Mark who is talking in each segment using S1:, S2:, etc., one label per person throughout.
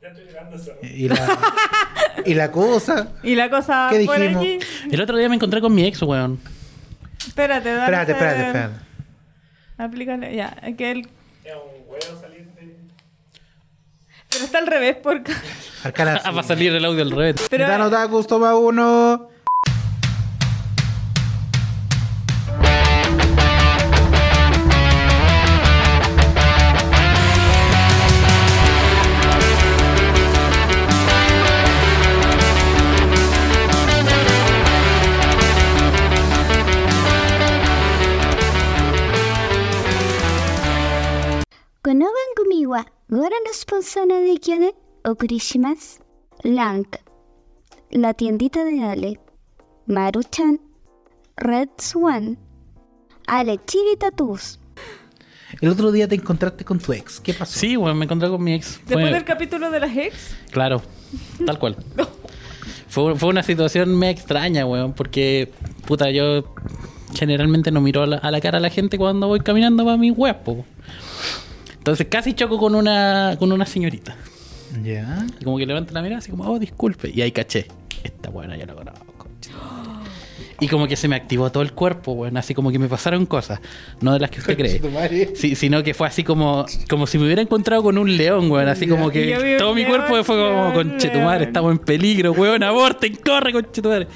S1: Están llegando a ser-
S2: Y la, y la cosa.
S3: Y la cosa
S2: ¿Qué
S3: por
S2: dijimos?
S3: aquí.
S4: El otro día me encontré con mi ex, weón.
S3: Espérate, dale.
S2: Espérate, espérate,
S3: eh,
S2: espérate.
S3: Aplícale, ya. es Que él...
S1: Es un huevo salir de.
S3: Pero está al revés por ca-
S2: Arcana.
S4: Ah, va a salir el audio al revés.
S3: Pero
S2: Dano Otakus, toma uno.
S5: この番組はご覧のスポンサーの影響でお送りします。ランク、ラティンディタであれ、マルちゃん、レッツワン、アレチリタトゥース。
S2: El otro día te encontraste con tu ex. ¿Qué pasó?
S4: Sí, weón, me encontré con mi ex. Fue-
S3: después del capítulo de las ex,
S4: Claro, tal cual. Fue, fue una situación me extraña, weón, porque, puta, yo generalmente no miro a la, a la cara a la gente cuando voy caminando para mi huevo. Entonces casi choco con una, con una señorita.
S2: Ya.
S4: Y como que levanta la mirada, así como, oh, disculpe. Y ahí caché. Esta buena ya la conozco. Y como que se me activó todo el cuerpo, weón. Así como que me pasaron cosas. No de las que usted cree.
S2: Conchetumare.
S4: Sí, sino que fue así como, como si me hubiera encontrado con un león, weón. Así como
S3: Y yo vi
S4: que
S3: un
S4: todo mi
S3: león,
S4: cuerpo fue como,
S3: león,
S4: conchetumare,
S3: león".
S4: estamos en peligro, weón. Aborten, corre, conchetumare.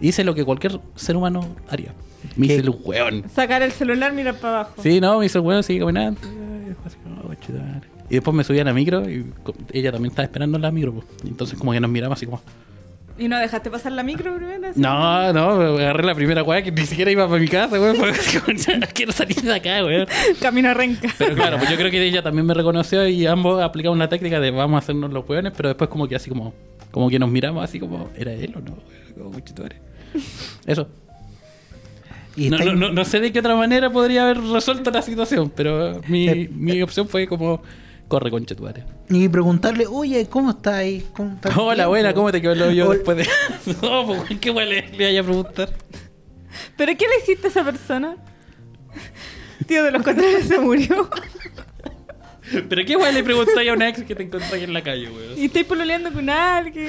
S4: Hice lo que cualquier ser humano haría. Me hice
S2: ¿Qué?
S4: el weón.
S3: sacar el celular, mirar para abajo.
S4: Sí, no, me hizo el weón, seguí caminando. Ay, fue así como, "Oh, conchetumare". Y después me subí a la micro y co- ella también estaba esperando en la micro. po. Entonces como que nos miramos así como...
S3: ¿Y no dejaste pasar la micro primero? así?
S4: No, no, me agarré la primera weá que ni siquiera iba para mi casa, weón. Fue así como, "Ya no quiero salir de acá, weón.
S3: Camino a renca.
S4: Pero claro, pues yo creo que ella también me reconoció y ambos aplicamos una técnica de vamos a hacernos los hueones, pero después como que así como como que nos miramos así como, ¿era él o no? Como, "Conchito, eres". Eso.
S2: Y
S4: no,
S2: estáis-
S4: no, no, no sé de qué otra manera podría haber resuelto la situación, pero mi,
S2: Eh,
S4: mi opción fue como, corre conchetuare.
S2: Y preguntarle, oye, ¿cómo estáis? ¿Cómo está tu
S4: Hola,
S2: tiempo?"
S4: buena, ¿cómo te quedó yo
S2: Hola.
S4: después de... no, pues weón, qué huele le vaya a preguntar.
S3: ¿Pero qué le hiciste a esa persona? Tío de los contrarios se murió.
S4: Pero qué huele le preguntáis a una ex que te encontré en la calle, weón.
S3: Y estoy pololeando con alguien.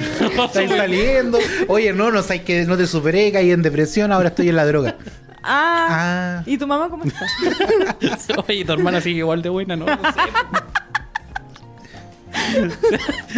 S2: Estáis saliendo. Oye, no, no sabes que no te superé, caí en depresión, ahora estoy en la droga.
S3: Ah,
S2: Ah.
S3: ¿Y tu mamá cómo está?
S4: Oye, tu hermana sigue igual de buena, ¿no? No sé.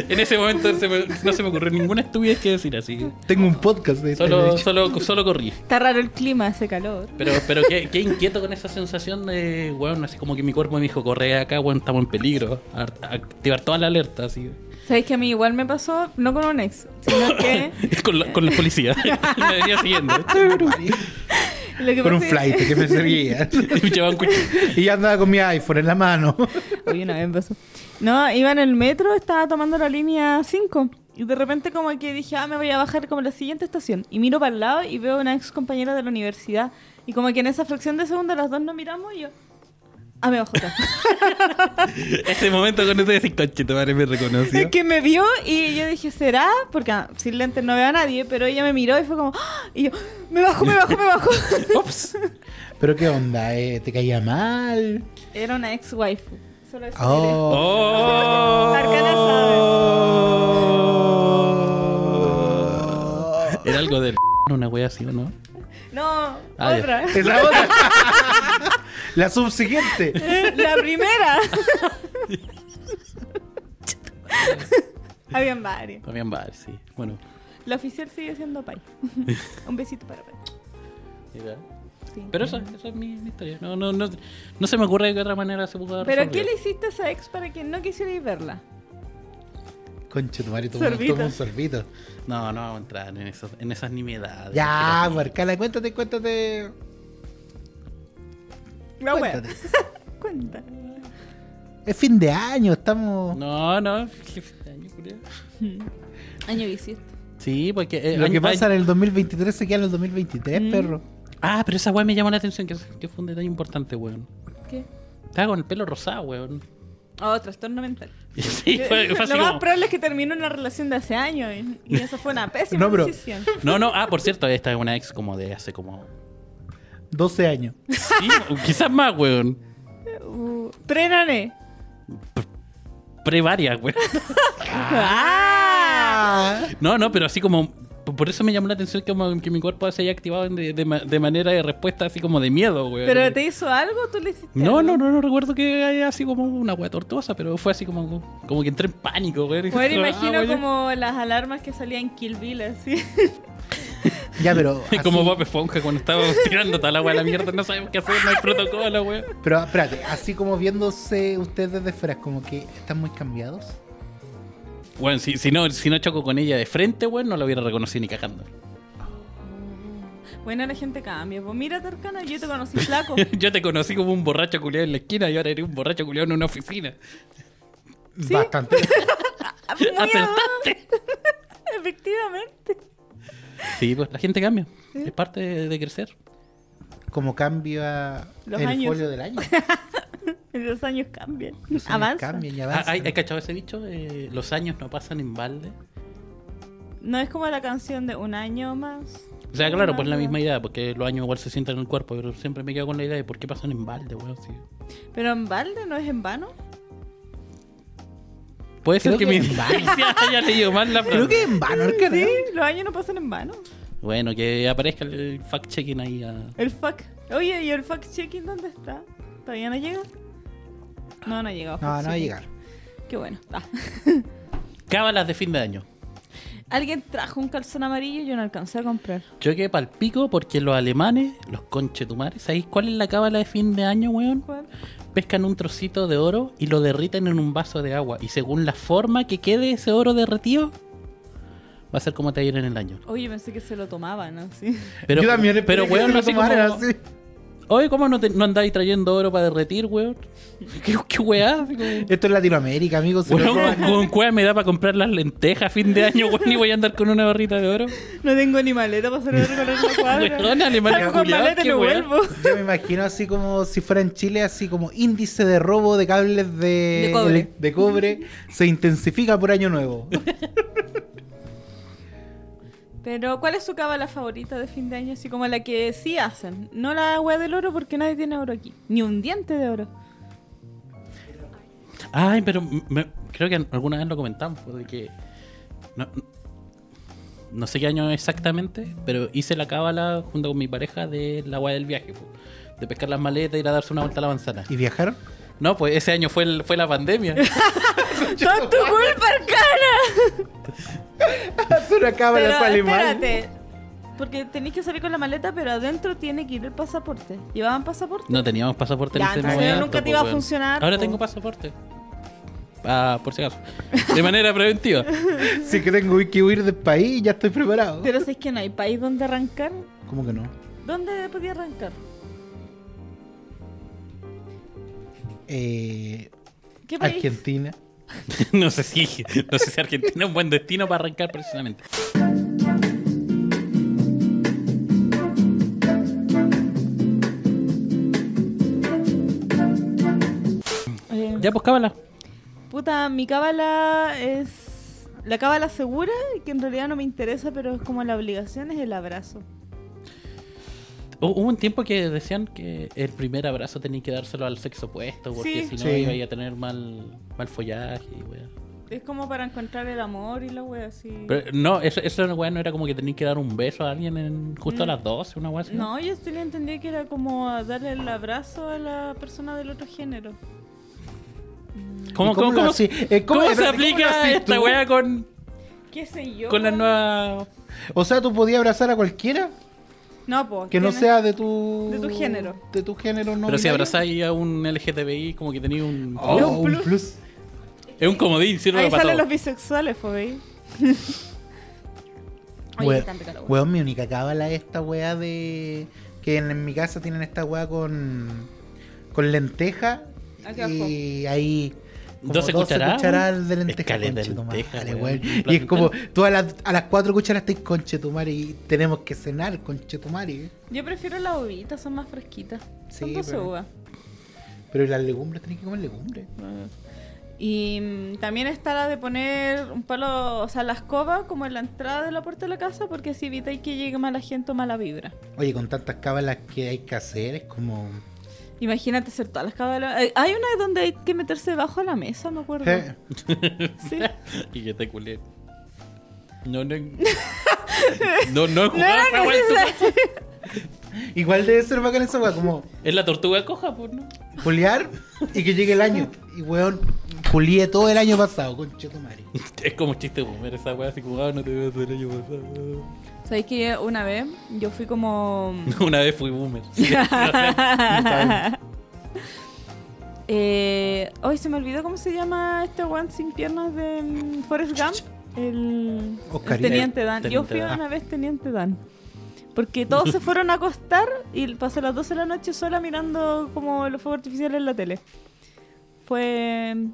S4: en ese momento se me- no se me ocurrió ninguna estupidez que decir, así que
S2: Tengo un podcast de de
S4: solo,
S2: hecho.
S4: solo, solo corrí.
S3: Está raro el clima, hace calor.
S4: Pero, pero qué, qué inquieto con esa sensación de, weón, así como que mi cuerpo me dijo, corre acá, weón, estamos en peligro. A- a- Activar toda la alerta, así.
S3: ¿Sabéis que a mí igual me pasó? No con un ex, sino que...
S4: con, la, con la policía. me venía siguiendo.
S3: lo que
S2: Con un
S3: pasa es-
S2: flight que me seguía.
S4: Y me llevaba un cuchillo.
S2: Y yo andaba con mi iPhone en la mano.
S3: Oye, una vez me pasó. No, iba en el metro, estaba tomando la línea 5. Y de repente como que dije, ah, me voy a bajar como a la siguiente estación. Y miro para el lado y veo a una ex compañera de la universidad. Y como que en esa fracción de segundo las dos nos miramos y yo... Ah, me bajó acá.
S4: Ese momento cuando te decís, conchito, madre, me reconoció.
S3: Es que me vio y yo dije, ¿será? Porque ah, sin lentes no veo a nadie, pero ella me miró y fue como... ¡Ah! Y yo, me bajó, me bajó, me bajó.
S4: Ups.
S2: Pero qué onda, eh? ¿te caía mal?
S3: Era una ex waifu. Solo eso diré.
S2: Oh.
S4: Oh.
S3: Arcana sabe.
S4: Era algo del una wea así o no?
S3: No,
S4: Ah, ya.
S3: otra.
S2: Esa otra. la subsiguiente.
S3: La primera. Habían varios.
S4: También bar, sí. Bueno.
S3: La oficial sigue siendo Pai. Un besito para Pai. Sí.
S4: Pero eso, eso es mi, mi historia. No, no, no, no se me ocurre de qué otra manera se pueda
S3: ¿Pero
S4: resolver.
S3: qué le hiciste a esa ex para que no quisierais verla?
S2: Concha tu madre, toma,
S3: Sorbito.
S2: toma un sorbito.
S4: No, no vamos a entrar en, esos- en esas nimiedades.
S2: Ya, Marcala, cuéntate, cuéntate.
S3: La wea.
S2: cuéntate.
S3: Cuenta.
S2: Es fin de año, estamos.
S4: No, no. qué daño, culiao.
S3: Año bisiesto.
S4: Sí, porque... eh,
S2: Lo
S4: año-
S2: que pasa
S4: año-
S2: en el 2023 se queda en el 2023,
S3: Mm.
S2: perro.
S4: Ah, pero esa wea me llamó la atención, que, que fue un detalle importante, weón.
S3: ¿Qué?
S4: Estaba con el pelo rosado, weón.
S3: Oh, trastorno mental.
S4: Sí, fue, fue así
S3: Lo más
S4: como-
S3: probable es que terminó una relación de hace años y, y eso fue una pésima
S2: No, pero-
S3: decisión.
S4: No, no, ah, por cierto, esta es una ex como de hace como...
S2: 12 años.
S4: Sí, o quizás más, weón.
S3: Uh, Prenane.
S4: compré varias, weón.
S2: Ah.
S4: No, no, pero así como. p- Por eso me llamó la atención que, como que mi cuerpo se haya activado de, de ma- de manera de respuesta así como de miedo, weón.
S3: ¿Pero te hizo algo? ¿Tú le hiciste
S4: No,
S3: algo?
S4: no, no, no recuerdo que haya así como una wea tortuosa, pero fue así como, como que entré en pánico, weón.
S3: Bueno,
S4: Ah,
S3: imagino
S4: weón.
S3: como las alarmas que salían en Kill Bill, así.
S2: Ya, pero.
S4: Es como
S2: así-
S4: Bob Esponja cuando estaba tirando toda la wea a la mierda, no sabemos qué hacer, no hay protocolo, weón.
S2: Pero espérate, así como viéndose ustedes desde fuera, como que están muy cambiados.
S4: Bueno, si, si no, si no choco con ella de frente, weón, no la hubiera reconocido ni cagando.
S3: Bueno, la gente cambia. Pues mira, Tarcana, yo te conocí flaco.
S4: Yo te conocí como un borracho culiado en la esquina y ahora eres un borracho culiado en una oficina.
S2: Bastante.
S3: Ah, muy
S4: ¡Acertaste!
S3: ad- Efectivamente.
S4: Sí, pues la gente cambia. Es parte de, de crecer.
S2: Como cambia
S3: Los
S2: el
S3: años.
S2: folio del año.
S3: Los años cambian.
S2: Los años
S3: Avanza.
S2: Cambian y
S4: Ah,
S2: avanzan.
S4: ¿Hay, hay cachado ese dicho? Eh, los años no pasan en balde.
S3: No es como la canción de un año más.
S4: O sea, claro, pues la misma idea, porque los años igual se sientan en el cuerpo, pero siempre me quedo con la idea de por qué pasan en balde, weón. sí.
S3: Pero en balde no es en vano.
S4: Puede ser
S2: Creo
S4: que,
S2: que
S4: mi
S2: en balde.
S4: infancia haya leído mal la
S2: Creo
S4: frase.
S2: que en vano, Arcana.
S3: Sí, los años no pasan en vano.
S4: Bueno, que aparezca el fact-checking ahí. a-
S3: El fuck. Oye, ¿y el fact checking dónde está? ¿Todavía no llega? No, no ha llegado.
S2: No,
S3: fact
S2: no va a
S3: checking.
S2: llegar.
S3: Qué bueno. Ah.
S4: Cábalas de fin de año.
S3: Alguien trajo un calzón amarillo y yo no alcancé a comprar.
S4: Yo quedé pal pico porque los alemanes, los conchetumares, ¿sabéis cuál es la cábala de fin de año, weón?
S3: ¿Cuál?
S4: Pescan un trocito de oro y lo derriten en un vaso de agua. Y según la forma que quede ese oro derretido, va a ser como te va a ir en el año.
S3: Oye, pensé que se lo tomaban, ¿no? Sí.
S4: Pero,
S2: Yo también esperé
S4: pero
S2: que
S4: weón,
S2: se lo
S4: así
S2: tomaran
S4: como-
S2: así.
S4: Oye, ¿cómo no, te- no andáis trayendo oro para derretir, weón? ¿Qué, qué weá? Así como-
S2: Esto es Latinoamérica, amigos. se lo
S4: Weón,
S2: roban.
S4: con, con cueva me da para comprar las lentejas a fin de año, weón, y voy a andar con una barrita de oro.
S3: No tengo ni maleta para hacer recorrer la cuadra.
S4: Weón, alemán
S3: Salgo con
S4: culiao,
S3: maleta y
S4: qué
S3: me
S4: weá.
S3: vuelvo.
S2: Yo me imagino así como si fuera en Chile, así como índice de robo de cables de,
S3: De cobre.
S2: ele- de cobre se intensifica por año nuevo.
S3: Pero, ¿cuál es su cábala favorita de fin de año? Así como la que sí hacen. No la wea del oro porque nadie tiene oro aquí. Ni un diente de oro.
S4: Ay, pero me- creo que alguna vez lo comentamos, pues, de que no, no sé qué año exactamente, pero hice la cábala junto con mi pareja de la agua del viaje, pues, de pescar las maletas, ir a darse una vuelta a la manzana.
S2: ¿Y viajaron?
S4: No, pues ese año fue, el- fue la pandemia.
S3: ¡Todo es tu culpa, Arcana!
S2: Una cámara
S3: Pero,
S2: sale mal.
S3: espérate. Porque tenéis que salir con la maleta, pero adentro tiene que ir el pasaporte. ¿Llevaban pasaporte?
S4: No teníamos pasaporte
S3: Ya,
S4: en ese
S3: entonces
S4: momento.
S3: nunca te
S4: pues,
S3: iba a
S4: weón.
S3: funcionar,
S4: Ahora
S3: po.
S4: tengo pasaporte. Ah, por si acaso. De manera preventiva.
S2: Si que tengo que huir del país, ya estoy preparado.
S3: Pero si es que no hay país donde arrancar,
S2: ¿Cómo que no?
S3: ¿dónde podía arrancar?
S2: Eh,
S3: ¿Qué país?
S2: Argentina.
S4: no sé si, no sé si Argentina es un buen destino para arrancar precisamente.
S3: Eh,
S4: Ya, pues cábala.
S3: Puta, mi cábala es. La cábala segura, que en realidad no me interesa, pero es como la obligación, es el abrazo.
S4: Hu- Hubo un tiempo que decían que el primer abrazo tenía que dárselo al sexo opuesto, porque
S3: Sí.
S4: si no
S2: Sí.
S4: iba a tener mal, mal follaje y weá.
S3: Es como para encontrar el amor y la wea así.
S4: Pero no, eso, eso weá, no era como que tenía que dar un beso a alguien en- justo a las 12, una weá así.
S3: Mm. No, yo tenía entendido que era como a darle el abrazo a la persona del otro género.
S4: ¿Cómo,
S2: ¿Y cómo
S4: cómo,
S2: lo
S4: cómo-
S2: hací- eh, cómo-
S4: cómo
S2: espérate,
S4: se
S2: ¿cómo lo
S4: aplica
S2: haces
S4: esta
S2: tú?
S4: weá con,
S3: ¿Qué sé yo?
S4: con la
S3: weón?
S4: nueva
S2: O sea, tú podías abrazar a cualquiera
S3: No, pues.
S2: que no sea de tu.
S3: de tu género.
S2: De tu género, no.
S4: Pero si
S2: binario.
S4: abrazáis a un LGTBI, como que tenéis un.
S2: Oh,
S3: No,
S2: un
S3: plus.
S2: plus.
S4: Es un comodín, sirve
S3: Ahí
S4: para
S3: salen
S4: todo.
S3: los bisexuales, pues, ¿veis? Oye,
S2: Hue-
S3: qué tan rica la wea.
S2: Weón, mi única cábala es esta weá de. Que en, en mi casa tienen esta weá con. Con lenteja.
S3: Aquí abajo.
S2: Y ahí. como
S4: 12 cucharadas,
S2: de
S4: weón.
S2: lenteja.
S4: Es caleta de
S2: conchetumare,
S4: lenteja,
S2: dale,
S4: weón.
S2: weón.
S4: Un plato
S2: Y es como,
S4: entero.
S2: tú a las, a las 4 cucharas estáis conchetumare y tenemos que cenar conchetumare.
S3: Yo prefiero las uvitas, son más fresquitas.
S2: Sí,
S3: son 12
S2: pero-
S3: uvas.
S2: Pero las legumbres, tenés que comer legumbres.
S3: Y mm, también está la de poner un palo, o sea, la escoba como en la entrada de la puerta de la casa, porque así evitáis que llegue mala gente o mala vibra.
S2: Oye, con tantas cábalas que hay que hacer, es como.
S3: Imagínate hacer todas las cábalas. Eh, Hay una donde hay que meterse debajo de la mesa, me acuerdo.
S2: Eh,
S3: Sí.
S4: Y que te culé. No, no. no, no he
S3: No
S4: jugado
S3: era
S4: esa weá en su-
S3: necesario.
S2: Igual debe ser bacán esa weá, como
S4: Es la tortuga coja, pues, ¿no?
S2: Juliar y que llegue el año. Y weón, Julié todo el año pasado, conchetumare.
S4: Es como chiste boomer esa weá así como, ah, no te voy a hacer el año pasado.
S3: ¿Sabéis que una vez yo fui como. mm,
S4: Una vez fui boomer.
S3: eh, hoy se me olvidó cómo se llama este weón sin piernas de mm, Forrest Gump. El, el
S2: Oscarín.
S3: Teniente Dan. yo
S4: Teniente
S3: fui
S4: Dan.
S3: una vez Teniente Dan. Porque todos se fueron a acostar y pasé las 12 de la noche sola mirando como los fuegos artificiales en la tele. Fue mm,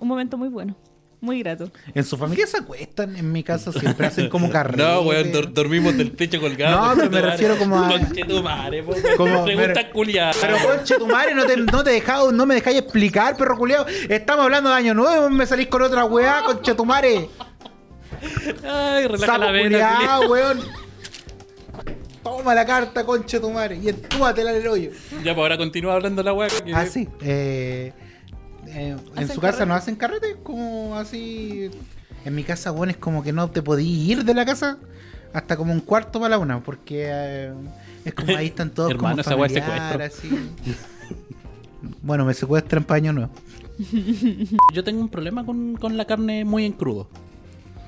S3: un momento muy bueno, muy grato.
S2: En su familia se acuestan, en mi casa siempre hacen como carrete.
S4: No, weón, dor- dormimos del techo colgado.
S2: No, pero me refiero como a-
S4: Conchetumare, po.
S2: Como-
S4: pues, Me gusta
S2: pero-
S4: culiar.
S2: Pero conchetumare, no te, no te he dejado- no me dejáis explicar, perro culiao. Estamos hablando de año nuevo, me salís con otra weá, conchetumare.
S4: Ay, relaja
S2: Sapo
S4: la vena, culiao.
S2: culiao, weón. Toma la carta, conchetumare, y entúmatela en el hoyo.
S4: Ya, pues ahora continúa hablando la weá. que-
S2: Ah, sí. eh, eh, en
S3: ¿Hacen
S2: su casa
S3: carrete?
S2: no hacen carrete, como así. En mi casa, bueno, es como que no te podías ir de la casa hasta como un cuarto para la una, porque eh, es como ahí están todos
S4: Hermano, esa
S2: como
S4: weá es
S2: familiar, así. Bueno, me secuestran paño nuevo.
S4: Yo tengo un problema con, con la carne muy en crudo.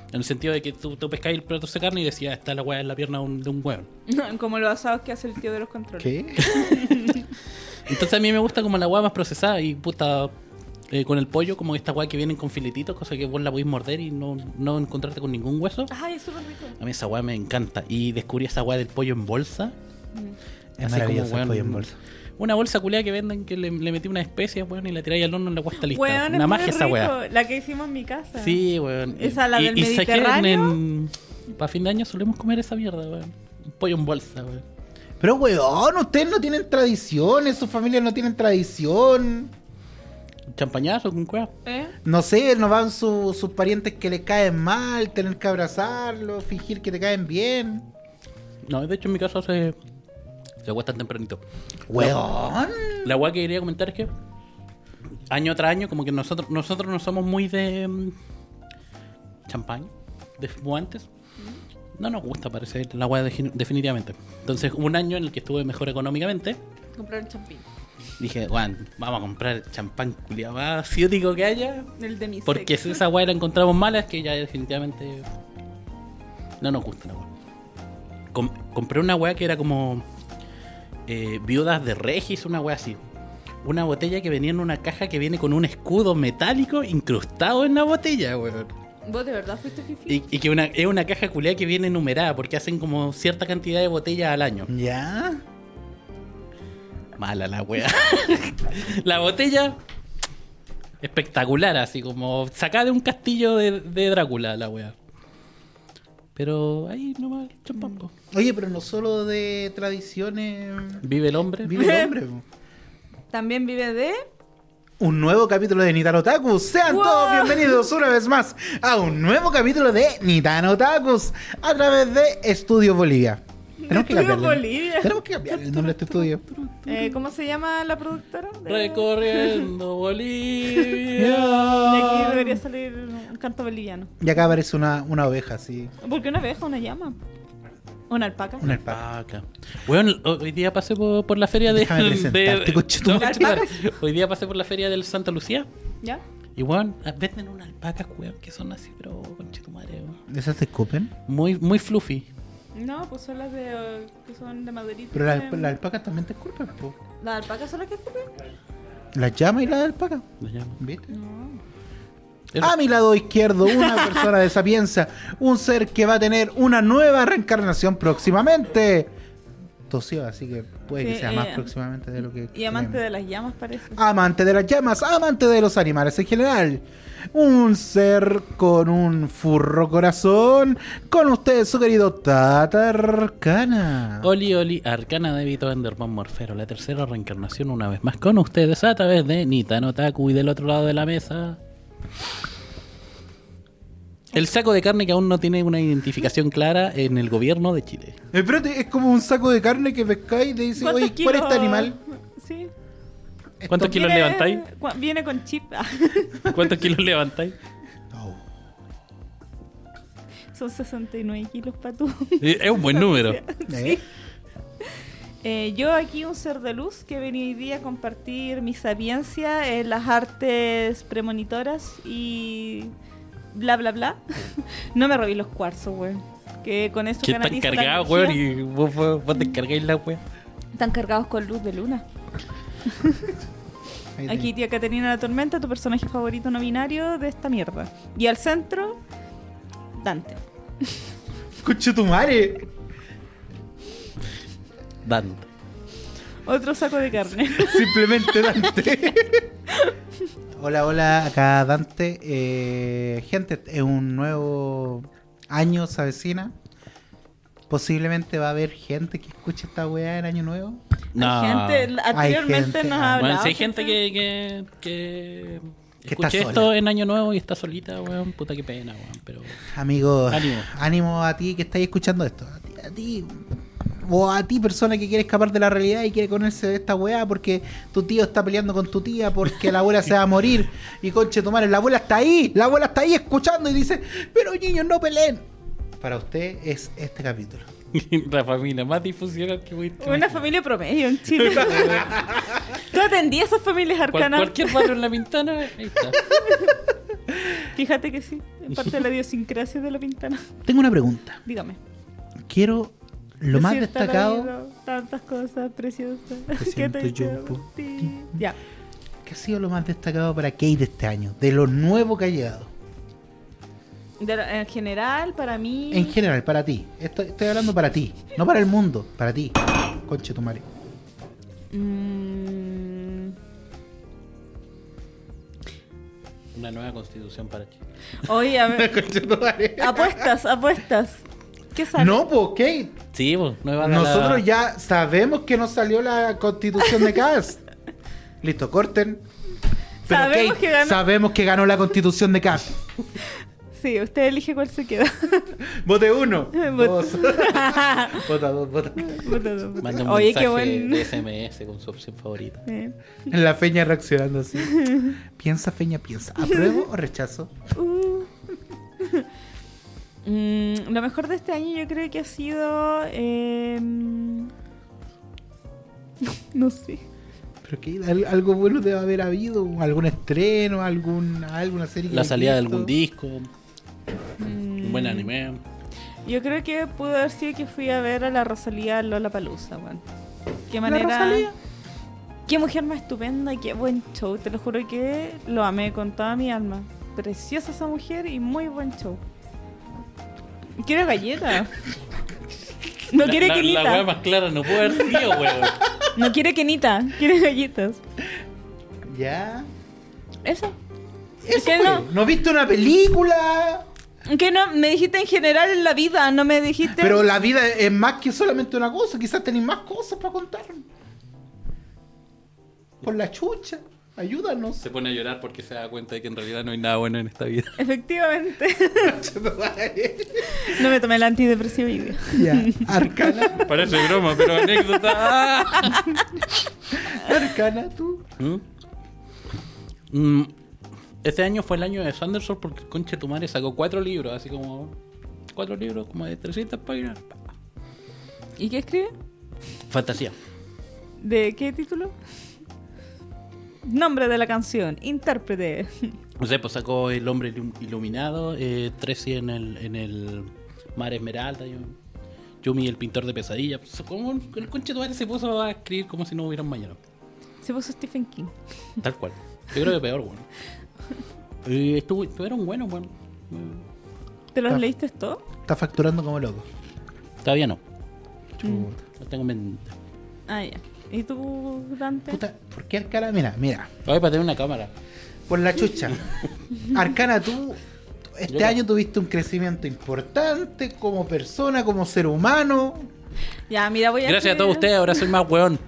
S4: En el sentido de que tú, tú pescáis el pedazo de carne y decías, está la weá en la pierna de un, de un hueón.
S3: Como los asados que hace el tío de los controles.
S2: ¿Qué?
S4: Entonces a mí me gusta como la weá más procesada y puta. eh, con el pollo, como esta weá que vienen con filetitos, cosa que vos la podéis morder y no, no encontrarte con ningún hueso.
S3: Ay, es súper rico.
S4: A mí esa weá me encanta. Y descubrí esa weá del pollo en bolsa.
S2: Es
S4: Así como,
S2: maravilloso el
S4: weón,
S2: pollo en bolsa.
S4: Una bolsa culiada que venden que le, le metí unas especias, weón, y la tiráis al horno y la weá está lista.
S3: Weón, es
S4: una
S3: muy
S4: magia esa
S3: rico,
S4: weá.
S3: La que hicimos en mi casa.
S4: Sí, weón.
S3: Esa, la del
S4: se quedan
S3: Mediterráneo.
S4: en- Para fin de año solemos comer esa mierda, weón. Un pollo en bolsa, weón.
S2: Pero, weón, ustedes no tienen tradiciones, sus familias no tienen tradición.
S4: Champañazo con cueva.
S3: ¿Eh?
S2: No sé, nos van su- sus parientes que le caen mal, tener que abrazarlos, fingir que te caen bien.
S4: No, de hecho en mi casa se. Se acuestan tempranito.
S2: Weón.
S4: La weá que quería comentar es que. Año tras año, como que nosotros, nosotros no somos muy de. mm, Champaña. De fumantes. No nos gusta, parece, la weá defini- definitivamente. Entonces, hubo un año en el que estuve mejor económicamente.
S3: Compraron champín.
S4: Dije, weón, vamos a comprar el champán culiado más asiático que haya.
S3: El de mi
S4: Porque si
S3: sexo.
S4: esa weá la encontramos mala, es que ya definitivamente no nos gusta la weá. Com- compré una weá que era como eh, viudas de Regis, una weá así. Una botella que venía en una caja que viene con un escudo metálico incrustado en la botella, weón.
S3: ¿Vos de verdad fuiste fifi?
S4: Y, y que una, es una caja culiada que viene numerada porque hacen como cierta cantidad de botellas al año.
S2: ¿Ya?
S4: Mala la wea. la botella. Espectacular, así como sacada de un castillo de, de Drácula la wea. Pero ahí nomás el champán. po.
S2: Oye, pero no solo de tradiciones
S4: Vive el hombre.
S2: vive el hombre. po.
S3: También vive de...
S2: Un nuevo capítulo de Nitan Otakus. Sean
S3: Wow.
S2: todos bienvenidos una vez más a un nuevo capítulo de Nitan Otakus a través de Estudio Bolivia.
S3: Estudio
S2: cambiarle.
S3: Bolivia.
S2: Tenemos que cambiar el nombre de este estudio.
S3: eh, ¿Cómo se llama la productora? De-
S4: Recorriendo Ah,
S3: De
S4: Bolivia.
S3: aquí debería salir un canto boliviano.
S2: Y acá aparece una, una oveja así,
S3: ¿Por qué una abeja? ¿Una llama? ¿Una alpaca?
S2: una alpaca.
S4: Alpaca. Weón, hoy día pasé por, por la feria de.
S2: Déjame
S4: de-
S2: presentarte,
S4: de-
S2: conchetumare.
S4: conchetumare. hoy día pasé por la feria del Santa Lucía.
S3: ¿Ya?
S4: Y weón, venden unas alpacas, weón, que son así, pero conchetumare, weón.
S2: ¿Esas se escupen?
S4: Muy, muy fluffy.
S3: No, pues son las de... eh, que son de maderita.
S2: Pero las
S3: de-
S2: la alpacas también te escupen, po.
S3: ¿Las alpacas son las que escupen?
S2: Las llamas y las alpacas.
S4: Lo llaman.
S2: ¿Viste?
S3: No.
S4: Es-
S2: A mi lado izquierdo, una persona de sapienza, un ser que va a tener una nueva reencarnación próximamente. Tosió, así que puede que
S3: Sí,
S2: sea
S3: eh,
S2: más próximamente de lo que.
S3: Y amante de
S2: creemos.
S3: las llamas parece.
S2: Amante de las llamas, amante de los animales en general. Un ser con un furro corazón. Con ustedes, su querido Tatarcana.
S4: Oli Oli Arcana de Vito Enderman Morfero, la tercera reencarnación una vez más con ustedes a través de Nitanotaku y del otro lado de la mesa. El saco de carne que aún no tiene una identificación clara en el gobierno de Chile.
S2: Eh, Espérate, es este como un saco de carne que pescáis y te dice,
S3: ¿Cuántos
S2: oye, ¿cuál es
S3: kilos?
S2: este animal?
S3: Sí.
S4: ¿Cuántos kilos
S3: Viene-
S4: levantáis?
S3: cua- Viene con chip. Ah,
S4: ¿Cuántos kilos levantáis?
S3: Son 69 kilos para tú.
S4: Eh, Es un buen número.
S2: ¿Eh?
S3: Eh, yo aquí un ser de luz que venía hoy día a compartir mi sapiencia en las artes premonitoras y bla bla bla. no me robé los cuarzos, güey. Que con eso
S4: Que están
S3: canalizo la
S4: cargados,
S3: energía.
S4: weón, y vos, vos, vos te cargáis la weón.
S3: Están cargados con luz de luna.
S2: Ahí
S3: Aquí tía Caterina la Tormenta, tu personaje favorito no binario de esta mierda. Y al centro, Dante.
S2: tenés. Conche tu madre.
S4: Dante.
S3: Otro saco de carne.
S2: Simplemente Dante. hola, hola, acá Dante. Eh, gente, es un nuevo año se avecina. Posiblemente va a haber gente que escuche esta weá en año nuevo.
S4: No.
S3: Hay gente, anteriormente
S2: gente,
S3: nos
S2: ah,
S3: ha
S4: Bueno,
S3: hablado.
S4: si hay gente que, que, que
S2: Que está
S4: escuché
S2: sola.
S4: esto en Año Nuevo y está solita, weón. Puta que pena, weón. Pero
S2: Amigo,
S4: Ánimo.
S2: ánimo, a ti que estáis escuchando esto. A ti, a ti. O a ti, persona que quiere escapar de la realidad y quiere ponerse de esta weá porque tu tío está peleando con tu tía porque la abuela se va a morir. Y conche tu madre, la abuela está ahí, la abuela está ahí escuchando y dice, pero niños, no peleen. Para usted es este capítulo.
S4: la familia más difusional que pudiste
S3: Una
S4: imaginar.
S3: familia promedio en Chile. Tú atendías a esas familias
S4: Cual-
S3: arcanas.
S4: cualquier barrio en la pintana, ahí está.
S3: Fíjate que sí, es parte de la idiosincrasia de la pintana.
S2: Tengo una pregunta.
S3: Dígame.
S2: Quiero lo más
S3: Decirte al
S2: destacado
S3: oído tantas cosas preciosas que
S2: siento
S3: te
S2: yo
S3: llevo
S2: por
S3: a ti. Ya.
S2: ¿Qué ha sido lo más destacado para Kate este año? De lo nuevo que ha llegado.
S3: De lo- en general, para mí.
S2: En general, para ti. Estoy, estoy hablando para ti. No para el mundo. Para ti. Conche tu madre.
S3: Mm,
S4: Una nueva constitución para Chile.
S3: oye, a ver, apuestas, apuestas. ¿Qué sale?
S2: No, pues, Kate.
S4: Sí, pues, nueva la-
S2: Nosotros ya sabemos que no salió la constitución de Cast. Listo, corten. Pero
S3: Sabemos
S2: Kate,
S3: que ganó.
S2: sabemos que ganó la constitución de Cast.
S3: Sí, usted elige cuál se queda.
S2: Vote uno.
S3: Vote-
S2: Dos. Vota dos, vota.
S3: Puta, no, puta.
S4: Manda un
S3: Oye,
S4: mensaje
S3: qué buen.
S4: de SMS con su opción favorita.
S3: Eh,
S2: La feña reaccionando así. Piensa, feña, piensa. ¿Apruebo o rechazo?
S3: uh. Mm, lo mejor de este año yo creo que ha sido. em, no sé.
S2: Pero que al- algo bueno debe haber habido. Algún estreno, algún, alguna serie. que
S4: La
S2: hayas
S4: salida de
S2: visto.
S4: algún disco, un
S3: Mm.
S4: buen anime.
S3: Yo creo que pudo haber sido que fui a ver a la Rosalía Lola Palusa, weón. Qué
S2: ¿La
S3: manera.
S2: Rosalía?
S3: Qué mujer más estupenda y qué buen show. Te lo juro que lo amé con toda mi alma. Preciosa esa mujer y muy buen show. Quiero galleta. No
S4: La-
S3: quiere
S4: la,
S3: quenita.
S4: La weá más clara no puede haber sido, weón.
S3: No quiere quenita. Quiere galletas.
S2: Ya.
S3: Eso.
S2: Eso
S3: Es que
S2: fue.
S3: no.
S2: no. viste una película.
S3: Que no, me dijiste en general en la vida, no me dijiste.
S2: Pero la vida es más que solamente una cosa. Quizás tenéis más cosas para contar. Por la chucha. Ayúdanos.
S4: Se pone a llorar porque se da cuenta de que en realidad no hay nada bueno en esta vida.
S3: Efectivamente. No me tomé el antidepresivo hoy día.
S2: ya. Arcana.
S4: Parece broma, pero anécdota. ¡Ah!
S2: Arcana, tú.
S4: ¿Mm? Mm, Este año fue el año de Sanderson porque Conche Tumare sacó cuatro libros, así como. Cuatro libros, como de 300 páginas.
S3: ¿Y qué escribe?
S4: Fantasía.
S3: ¿De qué título? Nombre de la canción, intérprete.
S4: No sé, pues sacó El Hombre Ilum- Iluminado, eh, Tracy en el, en el Mar Esmeralda, yo- Yumi el Pintor de Pesadilla. Pues, como un- el Conche Tumare se puso a escribir como si no hubiera un mañana.
S3: Se puso Stephen King.
S4: Tal cual. Yo creo que peor, bueno. Eh, estuvo, estuvieron buenos, bueno.
S3: ¿Te los
S2: Ah.
S3: leíste todo?
S2: Está facturando como loco.
S4: Todavía no.
S2: Chuta.
S4: Lo tengo en mente.
S3: Ah, ya. ¿Y tú, Dante?
S2: Puta, ¿por qué Arcana? Mira, mira.
S4: Ay, para tener una cámara.
S2: Por la chucha. Arcana, tú este
S4: Yo-
S2: año tuviste un crecimiento importante como persona, como ser humano.
S3: Ya, mira, voy a.
S4: Gracias a todos
S3: escribir-
S4: ustedes, ahora soy más weón.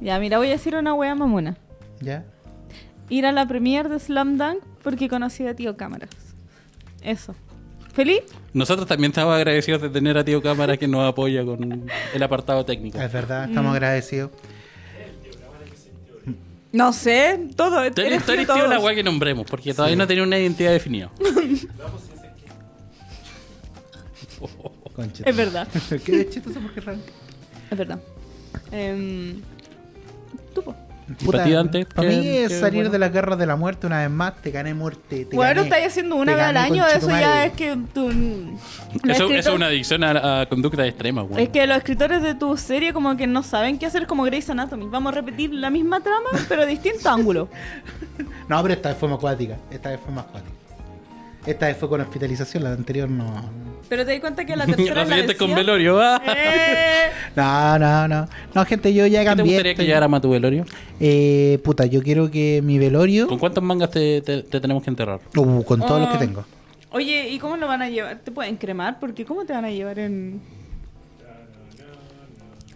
S3: Ya, mira, voy a decir una wea mamona.
S2: Ya.
S3: Ir a la premiere de Slam Dunk porque conocí a Tío Cámaras. Eso. ¿Feliz?
S4: Nosotros también estamos agradecidos de tener a Tío Cámara que nos apoya con el apartado técnico.
S2: Es verdad, estamos
S3: Mm.
S2: agradecidos.
S3: No sé, todo.
S4: Tú
S3: eres
S4: eres, tú eres
S3: todos.
S4: tío la weá que nombremos, porque todavía no tenía una identidad definida.
S2: Concha.
S3: Es verdad,
S2: Qué chistoso porque es raro.
S3: es verdad. Em, tú, po.
S4: ¿Y para ti, Dante?
S2: para
S4: ¿Qué-
S2: mí es
S4: qué-
S2: salir
S4: bueno?
S2: de las garras de la muerte una vez más. Te gané muerte. Te
S3: Bueno,
S2: gané,
S3: estáis haciendo una
S2: te
S3: vez al
S2: gané,
S3: año, eso
S2: conchetumare.
S3: ya es que tú. lo
S4: Eso,
S3: escrito-
S4: eso es una adicción a, a conducta extrema, weón.
S3: Es que los escritores de tu serie como que no saben qué hacer es como Grey's Anatomy. Vamos a repetir la misma trama, pero distinto ángulo.
S2: No, pero esta vez fue más acuática. Esta vez fue más acuática. Esta vez fue con hospitalización, la anterior no.
S3: Pero te di cuenta que la tercera
S4: La
S3: es la
S4: siguiente es con
S3: vencida.
S4: velorio. ah.
S3: Eh,
S2: No, no, no. No, gente, yo ya
S4: ¿Qué te
S2: cambié.
S4: gustaría que
S2: estoy-
S4: llegara a tu velorio?
S2: Eh, puta, yo quiero que mi velorio.
S4: ¿Con cuántos mangas te, te- te tenemos que enterrar?
S2: Uh, con todos los
S3: Ah.
S2: que tengo.
S3: Oye, ¿y cómo lo van a llevar? ¿Te pueden cremar? Porque ¿cómo te van a llevar en...?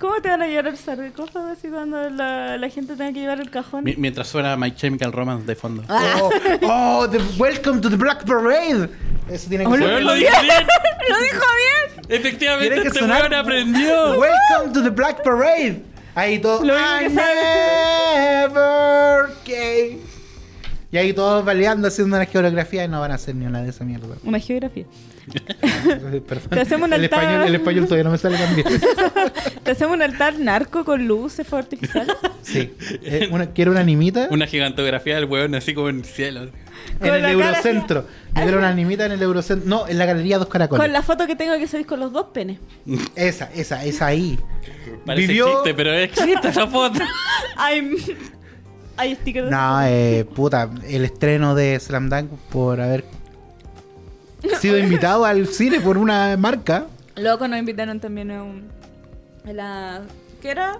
S3: ¿Cómo te van a llevar al sarcófago así cuando la, la gente tenga que llevar el cajón?
S4: Mi- mientras suena My Chemical Romance de fondo.
S3: Ah.
S2: Oh, oh, the- welcome to the Black Parade. Eso tiene que
S3: Hola.
S4: Weón,
S2: ser.
S4: lo dije bien!
S3: ¡Lo dijo bien!
S4: Efectivamente,
S2: Tiene que
S4: este
S2: sonar-
S4: weón aprendió.
S2: Welcome to the Black Parade. Ahí todo.
S3: Lo único
S2: I
S3: que sabe.
S2: never came. Y ahí todos baleando, haciendo una geografía y no van a hacer ni una de esa mierda.
S3: Una geografía.
S2: Perdón.
S3: Te hacemos un
S2: el,
S3: altar.
S2: español, el español todavía no me sale tan bien.
S3: ¿Te hacemos un altar narco con luces, fuego artificial?
S2: Sí. Eh, una- quiero una animita
S4: Una gigantografía del weón así como en el cielo.
S2: en el
S3: la cara así.
S2: Eurocentro. Yo quiero una animita en el Eurocentro. No, en la Galería Dos Caracoles.
S3: Con la foto que tengo que salir con los dos penes.
S2: Esa, esa, esa ahí.
S4: Parece
S2: Vivió-
S4: chiste, pero existe esa foto.
S3: Hay, hay stickers de-
S2: No, eh, puta, el estreno de Slam Dunk por haber sido invitado al cine por una marca.
S3: Loco, nos invitaron también a un... A la... ¿Qué era?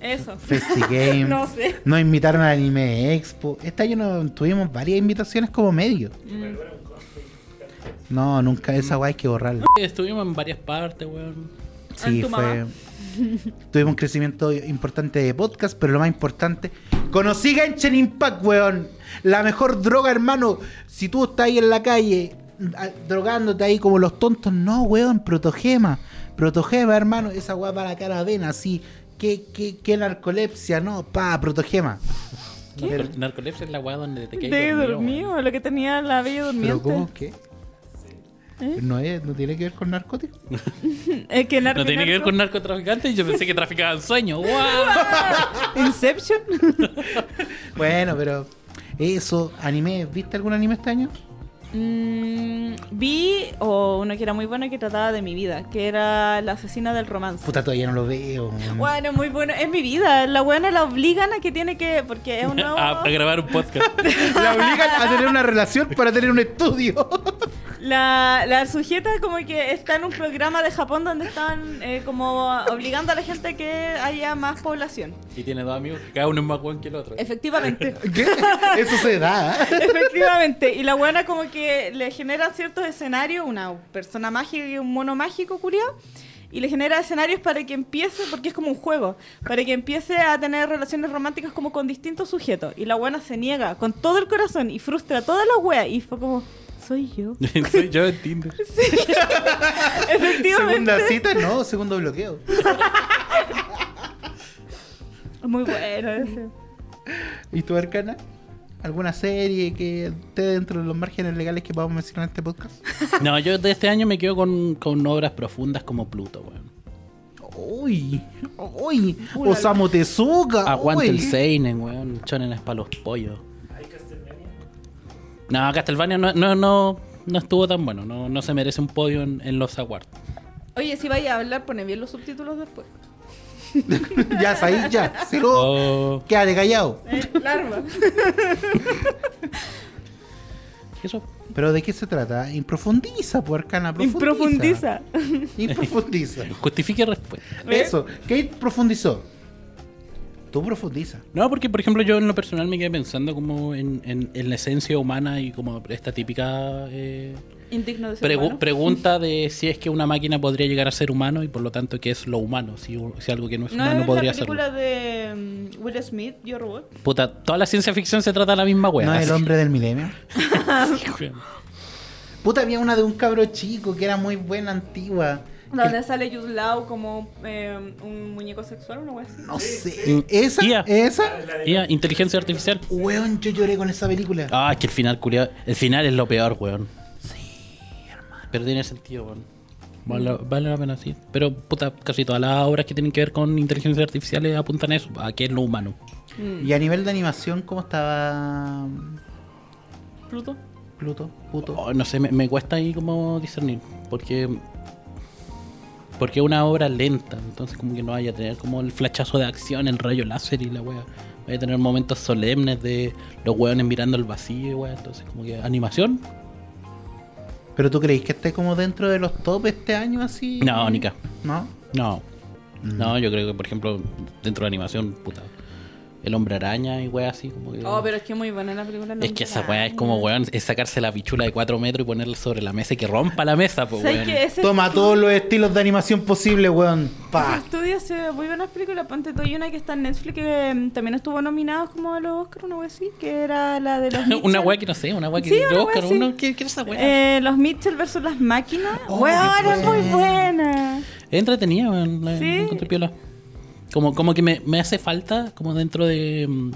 S3: Eso.
S2: FestiGame.
S3: No sé.
S2: Nos invitaron al Anime Expo. Este año no, tuvimos varias invitaciones como medio.
S3: Mm.
S2: No, nunca esa guay hay que borrarla.
S4: Estuvimos en varias partes, weón.
S2: Sí,
S3: tu
S2: fue.
S3: mamá.
S2: Tuvimos un crecimiento importante de podcast, pero lo más importante, conocí Genshin Impact, weón. La mejor droga, hermano. Si tú estás ahí en la calle a- drogándote ahí como los tontos, no, weón, protogema. Protogema, hermano. Esa weá para la cara vena, así. ¿Qué, qué, qué narcolepsia? No, pa, protogema. Pero,
S4: Narco- Narcolepsia es la weá donde te
S3: De
S4: quedas dormido.
S3: dormido, lo que tenía la bella
S2: pero
S3: durmiente.
S2: ¿cómo qué?
S3: ¿Eh?
S2: No, es, no tiene que ver con narcóticos.
S3: Es que
S4: weón.
S3: narco-
S4: No tiene que ver
S3: narco-
S4: con narcotraficantes y yo pensé que traficaban sueños. ¡Wow!
S3: Inception.
S2: Bueno, pero eso, anime, ¿viste algún anime este año?
S3: Mm, vi o uno que era muy bueno y que trataba de mi vida, que era la asesina del romance.
S2: Puta, todavía no lo veo. weón.
S3: Bueno, muy bueno. Es mi vida. La buena la obligan a que tiene que. Porque es un nuevo.
S4: A, a grabar un podcast.
S2: La obligan a tener una relación para tener un estudio.
S3: La, la sujeta como que está en un programa de Japón donde están eh, como obligando a la gente a que haya más población.
S4: Y tiene dos amigos que cada uno es más weón que el otro.
S3: Efectivamente.
S2: ¿Qué? Eso se da. ¿eh?
S3: Efectivamente, y la buena como que le genera ciertos escenarios, una persona mágica y un mono mágico, culiao, y le genera escenarios para que empiece, porque es como un juego, para que empiece a tener relaciones románticas como con distintos sujetos. Y la buena se niega con todo el corazón y frustra a todas las weas, y fue como, soy yo.
S4: Soy yo en Tinder.
S2: Segunda
S3: Efectivamente.
S2: cita, no, segundo bloqueo.
S3: Muy bueno ese.
S2: ¿Y tú, Arcana? ¿Alguna serie que esté dentro de los márgenes legales que podamos mencionar en este podcast?
S4: No, yo de este año me quedo con, con obras profundas como Pluto, weón.
S2: Uy, uy, Osamu Tezuka.
S4: Aguante
S2: Ah, uy.
S4: el Seinen, weón. Chonen es para los pollos. No, Castlevania no, no, no, no estuvo tan bueno. No, no se merece un podio en, en los awards.
S3: Oye, si vais a hablar, pone bien los subtítulos después.
S2: Ya, ahí ya. Se lo...
S4: Oh,
S2: Quédate callado.
S3: Eh, larva.
S4: eso.
S2: ¿Pero de qué se trata? Improfundiza, pues, Arcana. Profundiza.
S3: Profundiza.
S2: Improfundiza.
S4: Justifique respuesta.
S2: Eso. Kate profundizó. Tú profundizas.
S4: No, porque por ejemplo yo en lo personal me quedé pensando como en, en- en la esencia humana y como esta típica eh,
S3: Indigno de ser
S4: pregu-
S3: humano.
S4: pregunta de si es que una máquina podría llegar a ser humano y por lo tanto qué es lo humano, si, si algo que no es
S3: ¿No
S4: humano
S3: es
S4: podría
S3: la
S4: ser.
S3: película de mm, Will Smith, Yo Robot?
S4: Puta, toda la ciencia ficción se trata de la misma wea.
S2: no es
S4: así.
S2: el hombre del milenio. Puta, había una de un cabro chico que era muy buena, antigua.
S3: Donde sale Yuslao como eh, un muñeco sexual, una wea así.
S2: No sé.
S4: sí.
S2: ¿Esa?
S4: Tía.
S2: ¿Esa?
S4: Ya, ah, inteligencia artificial.
S2: Weón, yo lloré con esa película.
S4: Ah, es que el final, culiao. El final es lo peor, weón. Sí, hermano. Pero tiene sentido, weón. Vale, vale la pena, sí. Pero, puta, casi todas las obras que tienen que ver con inteligencia artificial apuntan a eso, a que es lo humano.
S2: Y a nivel de animación, ¿cómo estaba
S3: Pluto.
S2: Pluto? Puto.
S4: Oh, no sé, me, me cuesta ahí como discernir. Porque. Porque es una obra lenta. Entonces, como que no vaya a tener como el flachazo de acción, el rayo láser y la wea. Vaya a tener momentos solemnes de los weones mirando el vacío, wea. Entonces, como que. ¿Animación?
S2: ¿Pero tú creéis que esté como dentro de los top este año así?
S3: Mm.
S4: No, Nica.
S2: ¿No?
S4: No. No, yo creo que, por ejemplo, dentro de animación, puta. El hombre araña y wea así, como que.
S3: Oh, pero es que es muy buena la película.
S4: Es que esa weá es como, weón, es sacarse la pichula de 4 metros y ponerla sobre la mesa y que rompa la mesa, pues,
S3: ¿Sabes
S4: weón.
S3: que ese
S2: Toma todos los estilos de animación posible, weón.
S3: Ese
S2: Pa.
S3: estudio hace muy buenas películas. Ponte tú, hay una que está en Netflix que mm, también estuvo nominada como a los Oscar, una wea así, que era la de los.
S4: Una
S3: Mitchell.
S4: weá que no sé, una weá que.
S3: Sí, una
S4: yo,
S3: weá
S4: Oscar,
S3: así.
S4: uno, ¿qué, qué es esa weá?
S3: Eh, los Mitchell versus las máquinas.
S2: Oh,
S3: Weón,
S2: qué
S3: es muy
S2: buena.
S3: buena.
S4: Es entretenida, weón, la-
S3: Sí.
S4: la encontré piola. Como, como que me, me hace falta, como dentro de, mm,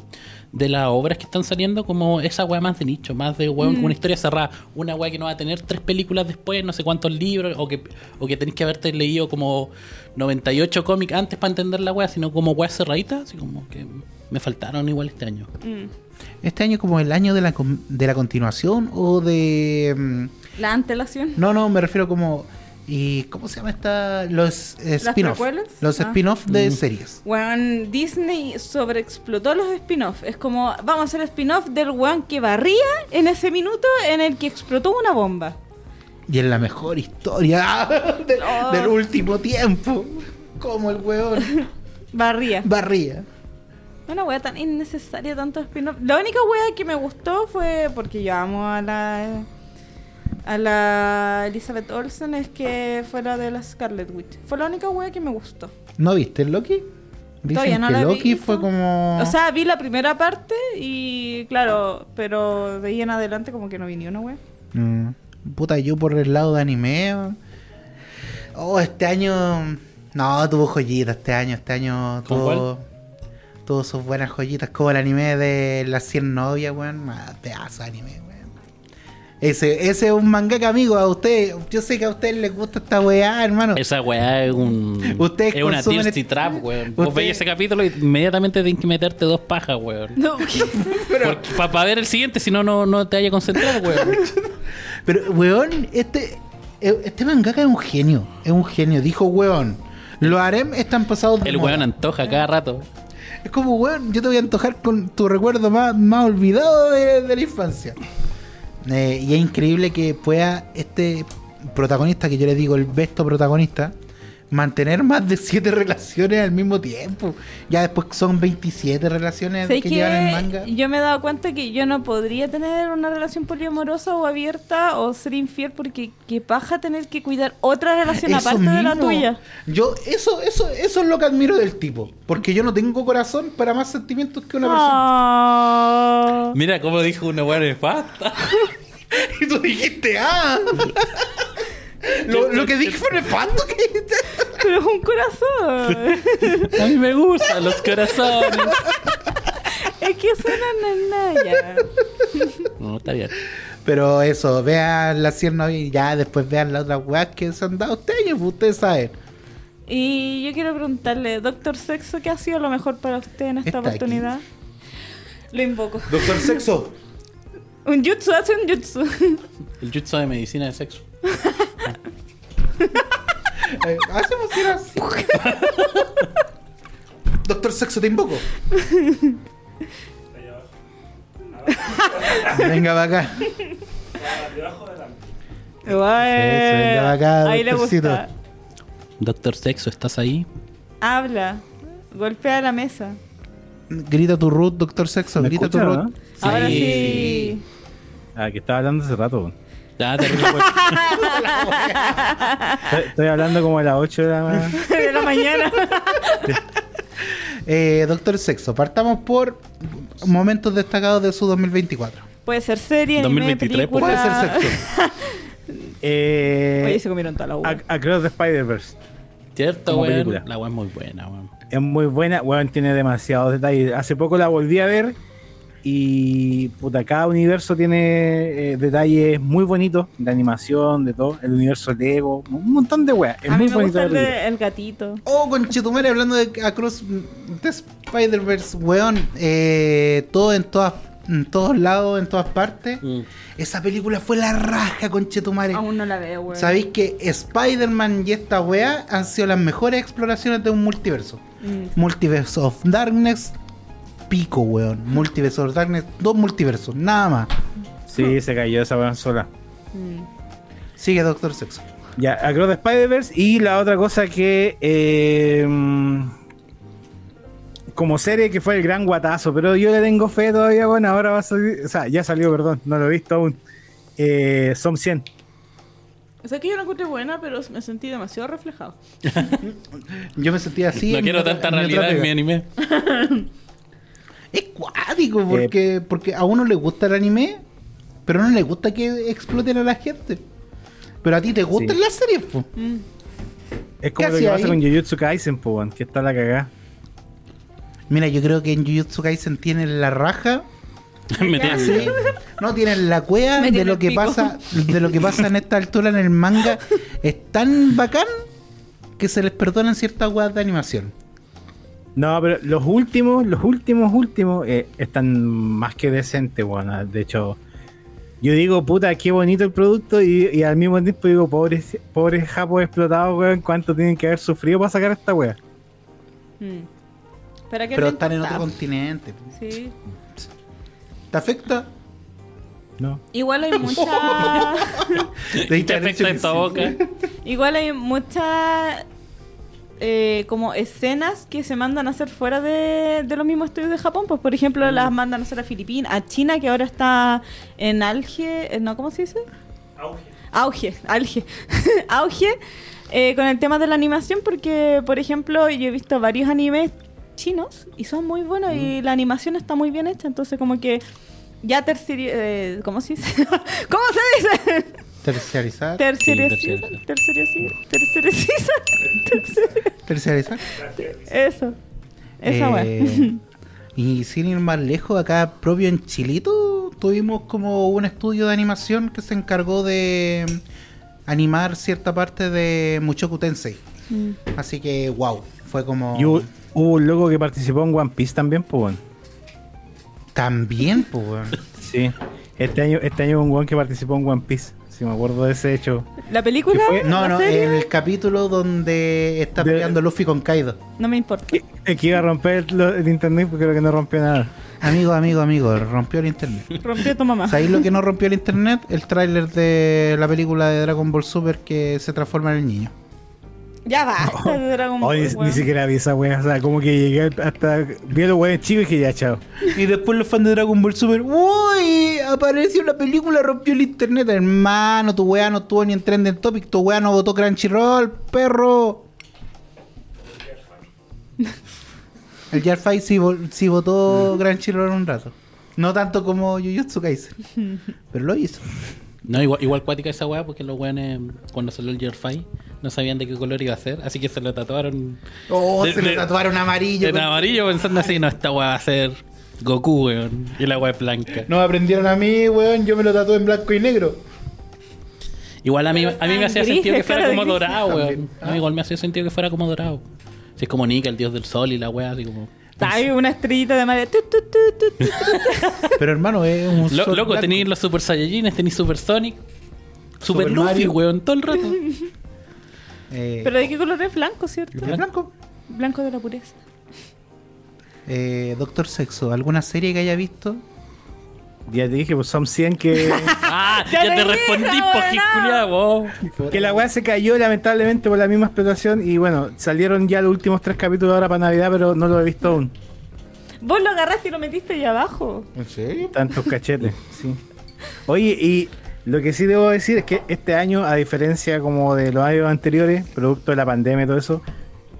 S4: de las obras que están saliendo, como esa weá más de nicho, más de
S3: Mm.
S4: weón, una historia cerrada. Una weá que no va a tener tres películas después, no sé cuántos libros, o que, o que tenés que haberte leído como 98 cómics antes para entender la weá, sino como weá cerradita, así como que me faltaron igual este año.
S3: Mm.
S2: Este año es como el año de la, con- de la continuación o de... mm,
S3: La antelación.
S2: No, no, me refiero como... ¿Y cómo se llama esta? Los eh,
S3: ¿Las
S2: spin-off.
S3: precuelas?
S2: Los
S3: Ah.
S2: spin-off de series.
S3: Weón, Disney sobreexplotó los spin-off. Es como, vamos a hacer spin-off del weón que barría en ese minuto en el que explotó una bomba.
S2: Y es la mejor historia de-
S3: No.
S2: del último tiempo. Como el weón
S3: Barría.
S2: barría.
S3: Una wea tan innecesaria, tanto spin-off. La única wea que me gustó fue, porque yo amo a la. A la Elizabeth Olsen es que fue la de la Scarlet Witch. Fue la única wea que me gustó.
S2: ¿No viste el Loki? Dicen
S3: Todavía no
S2: que
S3: la he
S2: Loki
S3: visto.
S2: fue como...
S3: O sea, vi la primera parte y claro, pero de ahí en adelante como que no vi ni una wea.
S2: Mm. Puta, yo por el lado de anime. Oh, este año. No, tuvo joyitas este año. Este año
S4: ¿Cómo
S2: tuvo. Tuvo sus buenas joyitas. Como el anime de Las 100 novias, weón. Ah, Pedazo de anime, weón. Ese, ese es un mangaka, amigo. A usted, yo sé que a ustedes les gusta esta weá, hermano.
S4: Esa weá es un.
S2: Ustedes
S4: es una
S2: consumen
S4: thirsty
S2: este-
S4: trap, weón. Vos
S2: Ustedes-
S4: veis ese capítulo y inmediatamente tenés que meterte dos pajas, weón.
S3: No,
S4: Para ver el siguiente, si no, no, no te haya concentrado, weón.
S2: Pero, weón, este. Este mangaka es un genio. Es un genio. Dijo, weón. Los harem están pasados de
S4: El
S2: moda.
S4: weón antoja cada rato.
S2: Es como, weón, yo te voy a antojar con tu recuerdo más, más olvidado de, de la infancia. Eh, y es increíble que pueda este protagonista, que yo le digo el besto protagonista, mantener más de 7 relaciones al mismo tiempo. Ya después son 27 relaciones que,
S3: ¿Sabes qué?
S2: llevan el manga.
S3: Yo me he dado cuenta que yo no podría tener una relación poliamorosa o abierta o ser infiel porque qué paja tener que cuidar otra relación
S2: Eso
S3: aparte de la
S2: mismo.
S3: tuya.
S2: Yo, eso, eso, eso es lo que admiro del tipo. Porque yo no tengo corazón para más sentimientos que una persona.
S3: Ah.
S4: Mira cómo dijo una weá nefasta.
S2: Y tú dijiste, ah. lo, lo que dije fue nefasto que dijiste.
S3: Pero es un corazón.
S4: A mí me gustan los corazones.
S3: es que es una nanaya.
S4: No, está bien.
S2: Pero eso, vean la Cierna y ya después vean las otras weas que se han dado ustedes, pues ustedes saben.
S3: Y yo quiero preguntarle, doctor Sexo, ¿qué ha sido lo mejor para usted en esta
S2: Está aquí.
S3: oportunidad? Lo invoco.
S2: Doctor Sexo.
S3: Un jutsu, hace un jutsu.
S4: El jutsu de medicina de sexo.
S2: Eh, hacemos ir así. Doctor Sexo, te invoco.
S1: Ahí abajo.
S2: Venga para acá.
S1: Ah, Debajo de la.
S2: venga pa' acá,
S3: Ahí le
S2: doctorcito.
S3: gusta.
S4: Doctor Sexo, ¿estás ahí?
S3: Habla. Golpea la mesa.
S2: Grita tu root, Doctor Sexo,
S6: ¿Me
S2: grita
S6: escucha,
S2: tu root.
S6: no?
S3: Ahora sí.
S6: Ah, que estaba hablando hace rato.
S4: Ah, terrible, weón.
S6: Estoy, estoy hablando como a las 8 de la mañana.
S3: De la mañana.
S2: Eh, Doctor Sexo, partamos por momentos destacados de su 2024.
S3: Puede ser serie, anime,
S4: 2023,
S3: película.
S2: Puede ser sexo.
S6: Eh,
S3: Oye, se comieron toda la uva.
S6: Ac- Across the Spider-Verse.
S4: ¿Cierto,
S6: Como
S4: weón?
S6: película.
S4: La weón es muy buena, weón.
S6: Es muy buena, weón, tiene demasiados detalles. Hace poco la volví a ver y puta, cada universo tiene eh, detalles muy bonitos de animación, de todo. El universo Lego, un montón de weas. Es
S3: a mí
S6: muy
S3: me
S6: bonito.
S3: gusta el,
S6: la película.
S3: de- el gatito.
S2: Oh, con Chetumare hablando de Across the Spider-Verse, weón. eh, todo en todas en todos lados, en todas partes.
S4: Mm.
S2: Esa película fue la raja con Chetumare.
S3: Aún no la veo, weón.
S2: Sabéis que Spider-Man y esta weá han sido las mejores exploraciones de un multiverso.
S3: Mm.
S2: Multiverse of Darkness, pico, weón. Multiverse of Darkness, dos multiversos, nada más.
S6: Sí, se cayó esa weón sola.
S3: mm.
S2: Sigue Doctor Sexo.
S6: Ya, Across the Spider-Verse. Y la otra cosa que. eh, mm, como serie que fue el gran guatazo, pero yo le tengo fe todavía. Bueno, ahora va a salir. O sea, ya salió, perdón, no lo he visto aún. Eh, Som 100.
S3: O sea que yo la encontré buena, pero me sentí demasiado reflejado.
S2: Yo me sentía así.
S4: no
S2: en
S4: quiero
S2: otra-
S4: tanta
S2: en mi otra
S4: realidad en mi
S2: pega.
S4: anime.
S2: Es cuático, porque, porque a uno le gusta el anime, pero no le gusta que exploten a la gente. Pero a ti te gustan
S6: Sí.
S2: las series, po.
S3: Mm,
S6: Es como
S2: ¿Qué
S6: lo que
S2: hacía
S6: pasa
S2: ahí?
S6: con Jujutsu Kaisen, po, weón, que está la cagada.
S2: Mira, yo creo que en Jujutsu Kaisen tienen la raja,
S4: Me tiene-
S2: ¿sí? no tienen la cueva
S3: Me
S2: de
S3: tiene el
S2: lo que
S3: pico.
S2: pasa, de lo que pasa en esta altura en el manga. Es tan bacán que se les perdonan ciertas weas de animación.
S6: No, pero los últimos, los últimos, últimos eh, están más que decentes, weón. De hecho, yo digo, puta, qué bonito el producto y, y al mismo tiempo digo, pobres, pobres japos explotados, weón, cuánto tienen que haber sufrido para sacar esta weá.
S3: Mm. Pero, ¿a qué
S2: Pero
S3: te
S2: están en otro
S3: importa?
S2: continente.
S3: Sí.
S2: ¿Te afecta?
S6: No.
S3: Igual hay mucha.
S4: Te afecta esta boca.
S3: Igual hay muchas eh, como escenas que se mandan a hacer fuera de, de los mismos estudios de Japón. Pues por ejemplo las mandan a hacer a Filipinas, a China que ahora está en alge, eh, no cómo se dice,
S1: Auge.
S3: auge, alge, auge eh, con el tema de la animación porque por ejemplo yo he visto varios animes chinos y son muy buenos y la animación está muy bien hecha, entonces como que ya terceri... eh, ¿Cómo se dice? ¿Cómo se dice?
S2: Terciarizar.
S3: Tercerizar.
S4: Sí,
S3: Tercerizar.
S2: terciarizar.
S3: Tercerizar. tercer- Eso. Esa
S2: Eh,
S3: weá.
S2: Y sin ir más lejos, acá propio en Chilito tuvimos como un estudio de animación que se encargó de mm, animar cierta parte de Mushoku Tensei.
S3: Mm.
S2: Así que, wow, fue como...
S6: Y hubo, hubo un loco que participó en One Piece también, pues, weón.
S2: También, pues, weón.
S6: Sí. Este año, este año hubo un weón que participó en One Piece, si me acuerdo de ese hecho.
S3: La película.
S6: ¿qué fue?
S2: No, eh,
S3: la
S2: no,
S3: serie,
S2: en el capítulo donde está
S6: De-
S2: peleando Luffy con Kaido.
S3: no me importa.
S6: Que, Eh, que iba a romper lo- el internet porque creo que no rompió nada.
S2: Amigo, amigo, amigo, rompió el internet.
S3: Rompió tu mamá.
S2: ¿Sabéis lo que no rompió el internet? El tráiler de la película de Dragon Ball Super que se transforma en el niño.
S3: Ya basta de Dragon
S6: Oh,
S3: Ball.
S6: ni, ni
S3: weón.
S6: siquiera vi esa wea. O sea, como que llegué hasta. Vi a los weones chicos y que ya, chao.
S2: Y después los fans de Dragon Ball Super, ¡Uy! Apareció la película, rompió el internet. Hermano, tu weá no estuvo ni en Trending Topic, tu weá no votó Crunchyroll, perro. El Jarfai sí, vo- sí votó
S4: Mm.
S2: Crunchyroll un rato. No tanto como Jujutsu Kaisen, pero lo hizo.
S4: No, igual, igual cuática esa weá, porque los weones, cuando salió el Year Five, no sabían de qué color iba a ser, así que se lo tatuaron
S2: Oh,
S4: De-
S2: se le
S4: de-
S2: tatuaron amarillo.
S4: en
S2: con-
S4: amarillo pensando así, no, esta weá va a ser Goku, weón. Y la weá es blanca.
S2: No me aprendieron a mí, weón, yo me lo tatué en blanco y negro.
S4: Igual a mí, a mí me
S3: Ah,
S4: hacía
S3: gris,
S4: sentido que fuera
S3: cara de
S4: como
S3: gris.
S4: dorado, weón.
S2: También.
S4: A mí igual me hacía sentido que fuera como dorado. Si es como Nika, el dios del sol y la weá, así como.
S3: Ay, una estrellita de madre. Tu, tu, tu, tu, tu.
S2: Pero hermano, es un
S4: Lo-
S2: sol
S4: loco,
S2: blanco.
S4: tenéis los Super Saiyajines, tenéis Super Sonic, Super,
S2: Super
S4: Luffy,
S2: Mario.
S4: weón, todo el rato.
S2: Eh,
S3: Pero de qué color es blanco, ¿cierto?
S2: ¿Es blanco?
S3: Blanco de la pureza.
S2: Eh, Doctor Sexo, ¿alguna serie que haya visto?
S6: Ya te dije, pues son 100 que.
S4: ah,
S3: Ya
S4: ya,
S3: le
S4: te
S3: dije,
S4: respondí,
S3: weón,
S4: pojisculiado, vos.
S6: que la weá se cayó lamentablemente por la misma explotación. Y bueno, salieron ya los últimos tres capítulos ahora para Navidad, pero no lo he visto aún.
S3: Vos lo agarraste y lo metiste ahí abajo.
S2: ¿En serio?
S6: Tantos cachetes, sí. Oye, y lo que sí debo decir es que este año, a diferencia como de los años anteriores, producto de la pandemia y todo eso,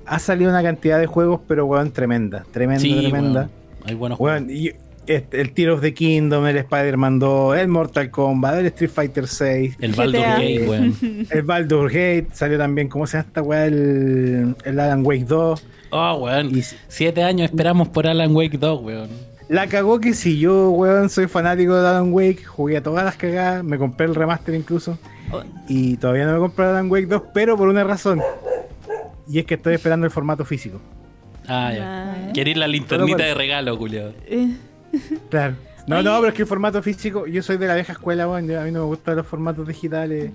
S6: ha salido una cantidad de juegos, pero weón, tremenda. Tremenda,
S4: Sí,
S6: tremenda.
S4: weón. Hay buenos
S6: Weón,
S4: juegos.
S6: y yo, este, el Tears of the Kingdom, el Spider-Man 2, el Mortal Kombat, el Street Fighter 6,
S4: El Baldur
S3: GTA.
S4: Gate, weón.
S6: el Baldur Gate, salió también, ¿cómo se llama esta weá? El, el Alan Wake 2.
S4: Oh, weón. Siete años esperamos por Alan Wake 2, weón.
S6: La cagó que si yo, weón, soy fanático de Alan Wake, jugué a todas las cagadas, me compré el remaster incluso,
S3: Oh.
S6: y todavía no me compré Alan Wake 2, pero por una razón. Y es que estoy esperando el formato físico.
S4: Ah, ya.
S3: Ah.
S4: Querís la linternita
S6: Pero,
S4: de regalo, culiado.
S3: Eh,
S6: Claro. No, no, pero es que el formato físico, yo soy de la vieja escuela, weón, yo- a mí no me gustan los formatos digitales.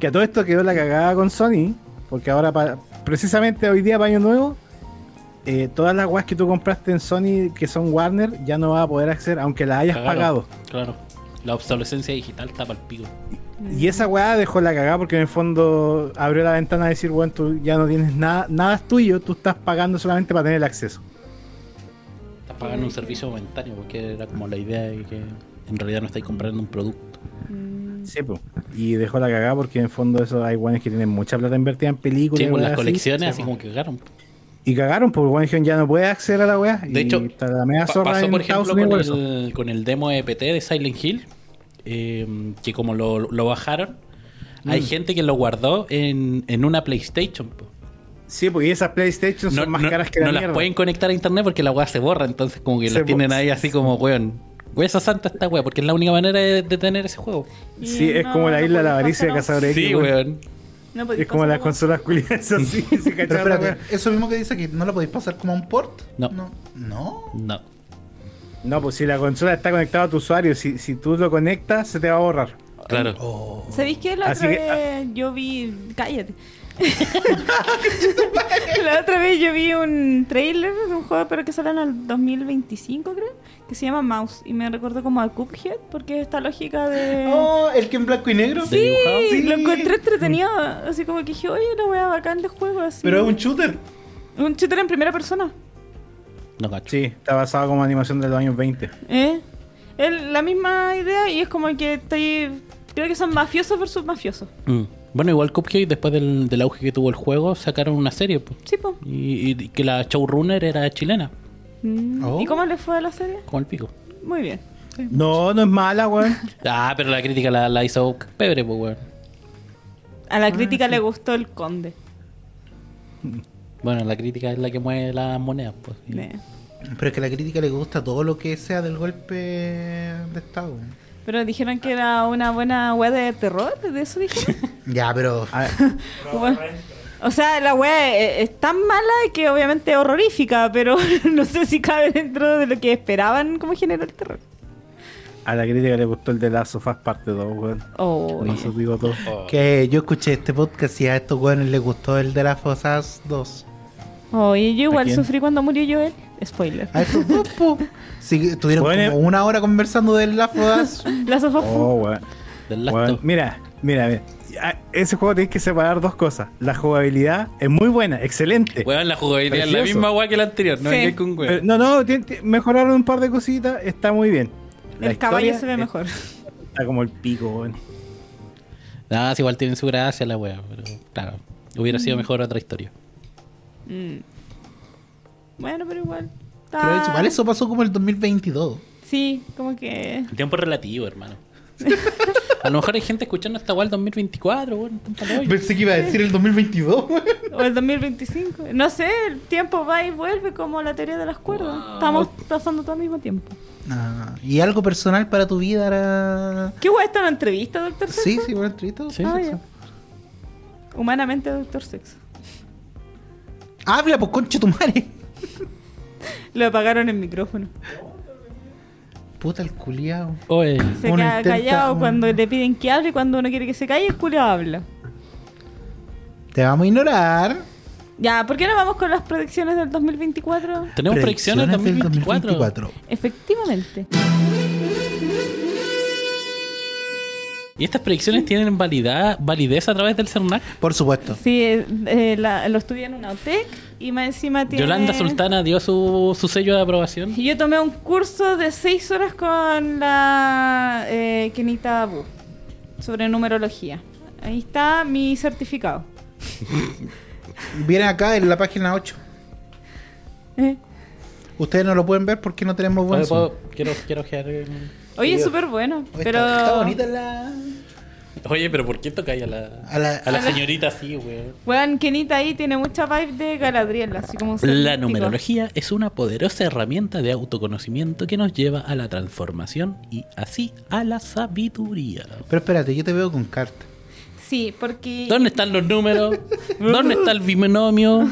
S6: Que a todo esto quedó la cagada con Sony, porque ahora, pa- precisamente hoy día, para Año Nuevo, eh, todas las weas que tú compraste en Sony, que son Warner, ya no vas a poder acceder, aunque las hayas pagado.
S4: Claro. La obsolescencia digital tapa el pico.
S6: Y esa weá dejó la cagada porque en el fondo abrió la ventana a decir, bueno, tú ya no tienes nada, nada es tuyo, tú estás pagando solamente para tener el acceso.
S4: Estás pagando un servicio momentáneo, porque era como la idea de que en realidad no estáis comprando un producto.
S6: Sí, po. Y dejó la cagada porque en el fondo esos hay weones que tienen mucha plata invertida en películas.
S4: Sí,
S6: y
S4: con las
S6: weas así.
S4: colecciones,
S6: Sí, pues.
S4: así
S6: po.
S4: como que cagaron.
S6: Y cagaron porque weón dijeron, ya no puedes acceder a la weá.
S4: De hecho,
S6: está la media
S4: Pa-
S6: zorra
S4: pasó,
S6: en
S4: por
S6: Estados
S4: ejemplo,
S6: Unidos
S4: con
S6: por eso.
S4: el, con el demo EPT de Silent Hill, eh, que como lo, lo bajaron, hay
S6: Mm.
S4: gente que lo guardó en, en una PlayStation. po.
S6: Sí, porque esas PlayStation son más caras que la
S4: no
S6: mierda.
S4: las pueden conectar a internet porque la weá se borra, entonces como que
S6: Se
S4: las
S6: bo-
S4: tienen ahí así como, weón, hueso santa esta weá, porque es la única manera de, de tener ese juego.
S6: Sí, es
S3: No,
S6: como la
S3: no
S6: isla de la
S3: podéis
S6: avaricia de
S3: pasar-
S6: Cazadores
S4: Sí,
S6: X, weón.
S4: weón.
S3: No podéis
S6: Es como las
S3: pasar-
S6: consolas culiadas así, se
S2: Pero
S6: cacharon la
S2: espérate,
S6: weá.
S2: eso mismo que dice que no lo podéis pasar como a un port.
S4: No.
S2: No. No.
S4: No.
S6: No, pues si la consola está conectada a tu usuario, si, si tú lo conectas, se te va a borrar.
S4: Claro.
S2: Oh.
S3: ¿Sabéis qué? La
S6: Así
S3: otra
S6: que-
S2: ah.
S3: vez yo vi. Cállate. la otra vez yo vi un trailer de un juego, pero que sale en el 2025, creo, que se llama Mouse. Y me recordó como a Cuphead, porque esta lógica de.
S2: Oh, el que en blanco y negro.
S4: Sí. dibujado?
S3: Sí,
S2: Sí.
S3: lo encontré entretenido. Así como que dije, oye, una wea bacán de juego. Así.
S2: Pero es un shooter.
S3: Un shooter en primera persona.
S4: No cacho.
S6: Sí, está basado como animación de los años 20.
S3: ¿Eh? Es la misma idea y es como que estoy. Creo que son mafiosos versus mafiosos.
S4: Mm. Bueno, igual Cuphead, después del, del auge que tuvo el juego, sacaron una serie, po.
S3: Sí, po.
S4: Y, y que la showrunner era chilena,
S3: Mm.
S2: Oh.
S3: ¿Y cómo les fue a la serie?
S4: como el pico.
S3: Muy bien.
S6: No, no es mala, weón.
S4: Ah, pero la crítica la, la hizo Pebre, pues, weón.
S3: A
S2: Ah,
S3: la crítica le gustó el conde.
S4: Bueno, la crítica es la que mueve las monedas, pues. Y-
S3: Eh.
S2: Pero es que a la crítica le gusta todo lo que sea del golpe de Estado.
S3: Pero dijeron que era una buena wea de terror, de eso dijeron.
S2: Ya, pero.
S6: A ver,
S3: Bueno, o sea, la wea eh, es, tan mala que obviamente es horrorífica, pero no sé si cabe dentro de lo que esperaban como generar terror.
S6: a la crítica le gustó el de las sofás parte 2, weón.
S3: Oh,
S6: Con eso digo todo.
S2: Que yo escuché este podcast y a estos weones les gustó el de las Fosas 2.
S3: Oye, yo igual
S6: quién?
S3: sufrí cuando murió Joel. Spoiler.
S2: A estos dos, po. Sí, estuvieron
S6: Bueno.
S2: como una hora conversando de las Fosas.
S3: La sofá
S6: Oh, weón.
S4: Del last
S6: Weón,
S4: of-
S6: Mira, mira, mira. Ah, Ese juego tienes que separar dos cosas. La jugabilidad es muy buena, excelente.
S4: Weón, la jugabilidad es la
S6: Precioso.
S4: misma weá que la anterior, no
S3: Sí.
S4: vengáis con weón.
S6: Pero, no, no, tien- tien- mejoraron un par de cositas, está muy bien. La
S3: El caballo
S6: historia
S3: se ve
S6: es-
S3: mejor.
S6: Está como el pico, weón.
S4: Nada, si igual tienen su gracia la weá, pero claro, hubiera sido mejor otra historia.
S3: Mm. Bueno, pero igual.
S2: Pero
S3: Ah,
S2: igual eso pasó como el 2022.
S3: Sí, como que.
S4: El tiempo es relativo, hermano. A lo mejor hay gente escuchando esta weá el 2024, weón. tanto lo oye.
S2: Pensé que iba a decir el 2022, weón.
S3: O el 2025. No sé, el tiempo va y vuelve como la teoría de las cuerdas. Estamos pasando todo al mismo tiempo.
S2: Ah, ¿Y algo personal para tu vida era...?
S3: ¿Qué guay está la entrevista, doctor Sexo?
S2: Sí, sí, bueno, entrevista.
S4: Sí,
S3: Ah,
S4: sí,
S3: ya.
S4: sí.
S3: Humanamente, doctor Sexo.
S2: Habla, pues, conche tu madre.
S3: Lo apagaron el micrófono.
S2: Puta el culiao.
S4: Oye,
S3: Se
S2: Uno
S3: queda
S2: intenta-
S3: callado
S2: un-
S3: cuando le piden que hable y cuando uno quiere que se calle, el culo habla.
S2: Te vamos a ignorar.
S3: Ya, ¿por qué no vamos con las predicciones del 2024?
S4: tenemos predicciones del 2024.
S3: Efectivamente.
S4: Y estas predicciones tienen validad, validez a través del CERNAC.
S2: Por supuesto.
S3: Sí, eh, eh, la- lo estudié en una UTEC y más encima tiene...
S4: Yolanda Sultana dio su, su sello de aprobación.
S3: Y Yo tomé un curso de seis horas con la eh, Kenita Abu sobre numerología. Ahí está mi certificado.
S2: Viene acá en la página 8. Eh,
S3: Eh,
S2: Ustedes no lo pueden ver porque no tenemos buen
S4: Oye,
S2: zoom.
S4: ¿puedo- Quiero, quiero ojear eh, el-
S3: Oye,
S2: Sí,
S3: es
S2: yo-
S3: súper bueno.
S2: Oye,
S3: pero.
S2: está, está bonita la.
S4: Oye, pero ¿por qué tocáis a la,
S2: A la-
S4: a la señorita así, weón?
S3: Weón, Kenita ahí tiene mucha vibe de Galadriel, así como un ser
S4: La
S3: místico.
S4: numerología es una poderosa herramienta de autoconocimiento que nos lleva a la transformación y así a la sabiduría.
S2: Pero espérate, yo te veo con carta.
S3: Sí, porque.
S4: ¿Dónde están los números? ¿Dónde está el binomio?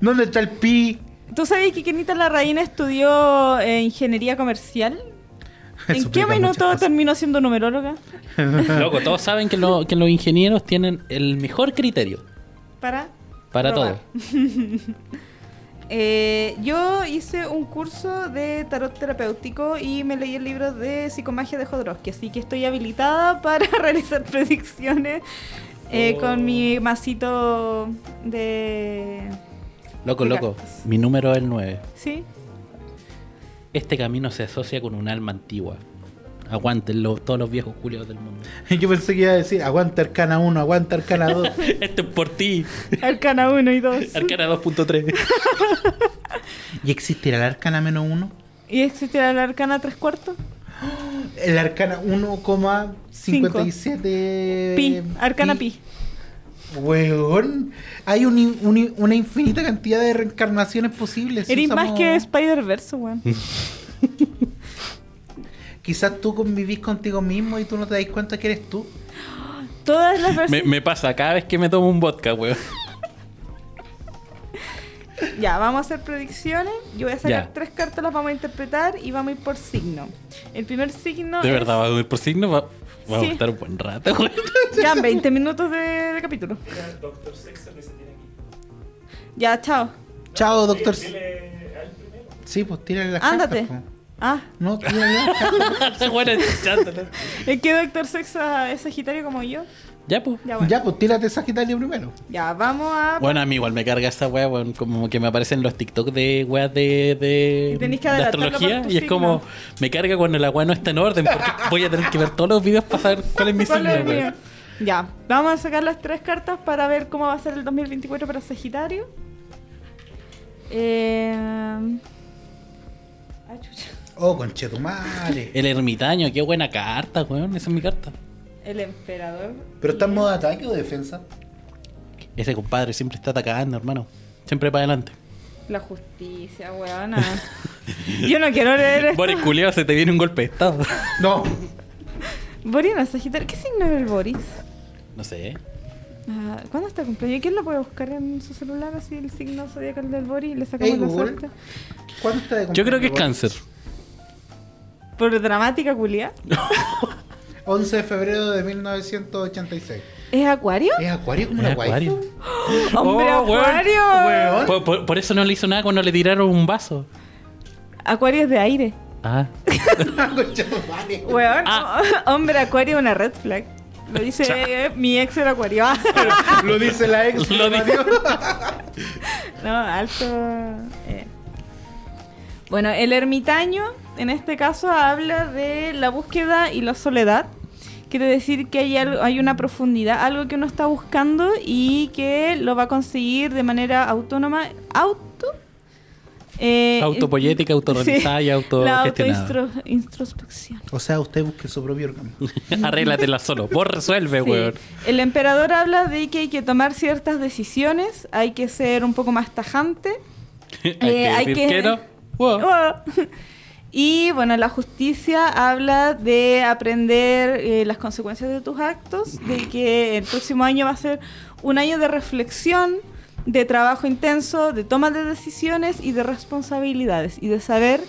S2: ¿Dónde está el pi?
S3: ¿Tú sabes que Kenita Larraína estudió eh, ingeniería comercial? ¿En
S2: Eso
S3: qué
S2: explica muchas
S3: minuto
S2: cosas.
S3: terminó siendo numeróloga?
S4: Loco, todos saben que, lo- que los ingenieros tienen el mejor criterio
S3: Para.
S4: para
S3: Probar.
S4: todo.
S3: Eh, yo hice un curso de tarot terapéutico y me leí el libro de psicomagia de Jodorowsky, así que estoy habilitada para realizar predicciones eh,
S4: Oh.
S3: con mi masito de...
S4: Loco,
S3: Mira.
S4: loco, mi número es el 9.
S3: ¿Sí?
S4: Este camino se asocia con un alma antigua. Aguántenlo, todos los viejos culiados del mundo.
S2: Yo pensé que iba a decir, aguanta Arcana 1, aguanta Arcana 2.
S4: Esto es por ti,
S3: Arcana 1 y 2.
S4: Arcana 2.3.
S2: ¿Y existirá el Arcana menos 1?
S3: ¿Y existirá la arcana tres cuartos?
S2: El Arcana 1,57...
S3: Pi, arcana pi.
S2: Weón, hay un in- un in- una infinita cantidad de reencarnaciones posibles. si
S3: Eres
S2: usamos-
S3: más que Spider-Verse, weón.
S4: Mm.
S2: Quizás tú convivís contigo mismo y tú no te das cuenta que eres tú.
S3: Todas las
S4: Me,
S3: versiones...
S4: me pasa cada vez que me tomo un vodka, weón.
S3: Ya, vamos a hacer predicciones. Yo voy a sacar
S4: Ya.
S3: tres cartas, las vamos a interpretar y vamos a ir por signo. El primer signo
S4: De
S3: es-
S4: verdad, va a ir por signo, va, vamos
S3: Sí.
S4: a estar un buen rato, weón.
S3: Ya, 20 minutos de, de capítulo.
S1: El Doctor Sexer que se tiene aquí.
S3: Ya, chao.
S2: Chao, doctor. Sí,
S1: Dile al primero.
S2: pues tírale las
S3: Ándate.
S2: cartas, po.
S3: Ah,
S2: No, tírale las cartas.
S4: Ese weón es chato.
S3: es que Doctor Sexa es Sagitario como yo.
S4: Ya, pues.
S3: Ya, bueno. Ya,
S2: Ya, pues tírate Sagitario primero.
S3: vamos a.
S4: Bueno, a mí igual me carga esa weá, weón. Como que me aparecen los TikTok de weas de,
S3: Y
S4: de,
S3: tenés que
S4: de
S3: adelantarlo
S4: astrología.
S3: por tu
S4: Y es como,
S3: signo.
S4: me carga cuando la weá no está en orden. Porque voy a tener que ver todos los videos para saber cuál es mi
S3: ¿Cuál
S4: signo,
S3: es el mío?
S4: weón.
S3: Ya, vamos a sacar las tres cartas para ver cómo va a ser el 2024 para Sagitario. Eh... ah, chucha.
S2: Oh, conchetumare.
S4: El ermitaño, qué buena carta, weón. Esa es mi carta.
S3: El emperador.
S2: ¿Pero está en modo ataque o defensa?
S4: Ese compadre siempre está atacando, hermano. Siempre para adelante.
S3: La justicia, weona. Yo no quiero leer esto.
S4: Boris Culeado se te viene un golpe de estado.
S2: No.
S3: Boris no es Sagitario. ¿Qué signo es el Boris?
S4: No sé.
S3: Ah, ¿Cuándo está cumpleaños? ¿Quién lo puede buscar en su celular así el signo zodiacal del Boris y le sacamos
S2: Hey,
S3: la
S2: Google.
S3: suerte?
S2: ¿Cuánto está de
S4: Yo creo que es
S2: cumpleaños?
S4: cáncer.
S3: Por dramática culia.
S2: 11 de febrero de 1986.
S3: ¿Es Acuario?
S2: ¿Es Acuario como
S4: Es
S2: una guay?
S4: acuario.
S3: ¡Hombre,
S4: Oh, weón.
S3: Acuario!
S2: Weón.
S4: Por, por- por eso no le hizo nada cuando le tiraron un vaso.
S3: Acuario es de aire.
S4: Ah.
S2: Conchetumare.
S3: Weón. Hombre, Acuario es una red flag. Lo dice eh, mi ex era Acuario. Ah,
S2: Lo dice la ex.
S4: Lo dice.
S2: Mario.
S3: no, alto. eh. Bueno, el ermitaño en este caso habla de la búsqueda y la soledad. Quiere decir que hay, algo- hay una profundidad, algo que uno está buscando y que lo va a conseguir de manera autónoma. Auto. eh,
S4: Autopoyética, autorrealizada y
S3: La
S4: autogestionada.
S3: autoinstro- introspección.
S2: O sea, usted busque su propio órgano.
S4: Arréglatela solo. Vos resuelve,
S3: Sí.
S4: weón.
S3: El emperador habla de que hay que tomar ciertas decisiones, hay que ser un poco más tajante.
S4: hay
S3: Eh,
S4: que
S3: hay
S4: decir
S3: que-
S4: que, no. Wow.
S3: Y bueno, la justicia habla de aprender eh, las consecuencias de tus actos, de que el próximo año va a ser un año de reflexión, de trabajo intenso, de toma de decisiones y de responsabilidades y de saber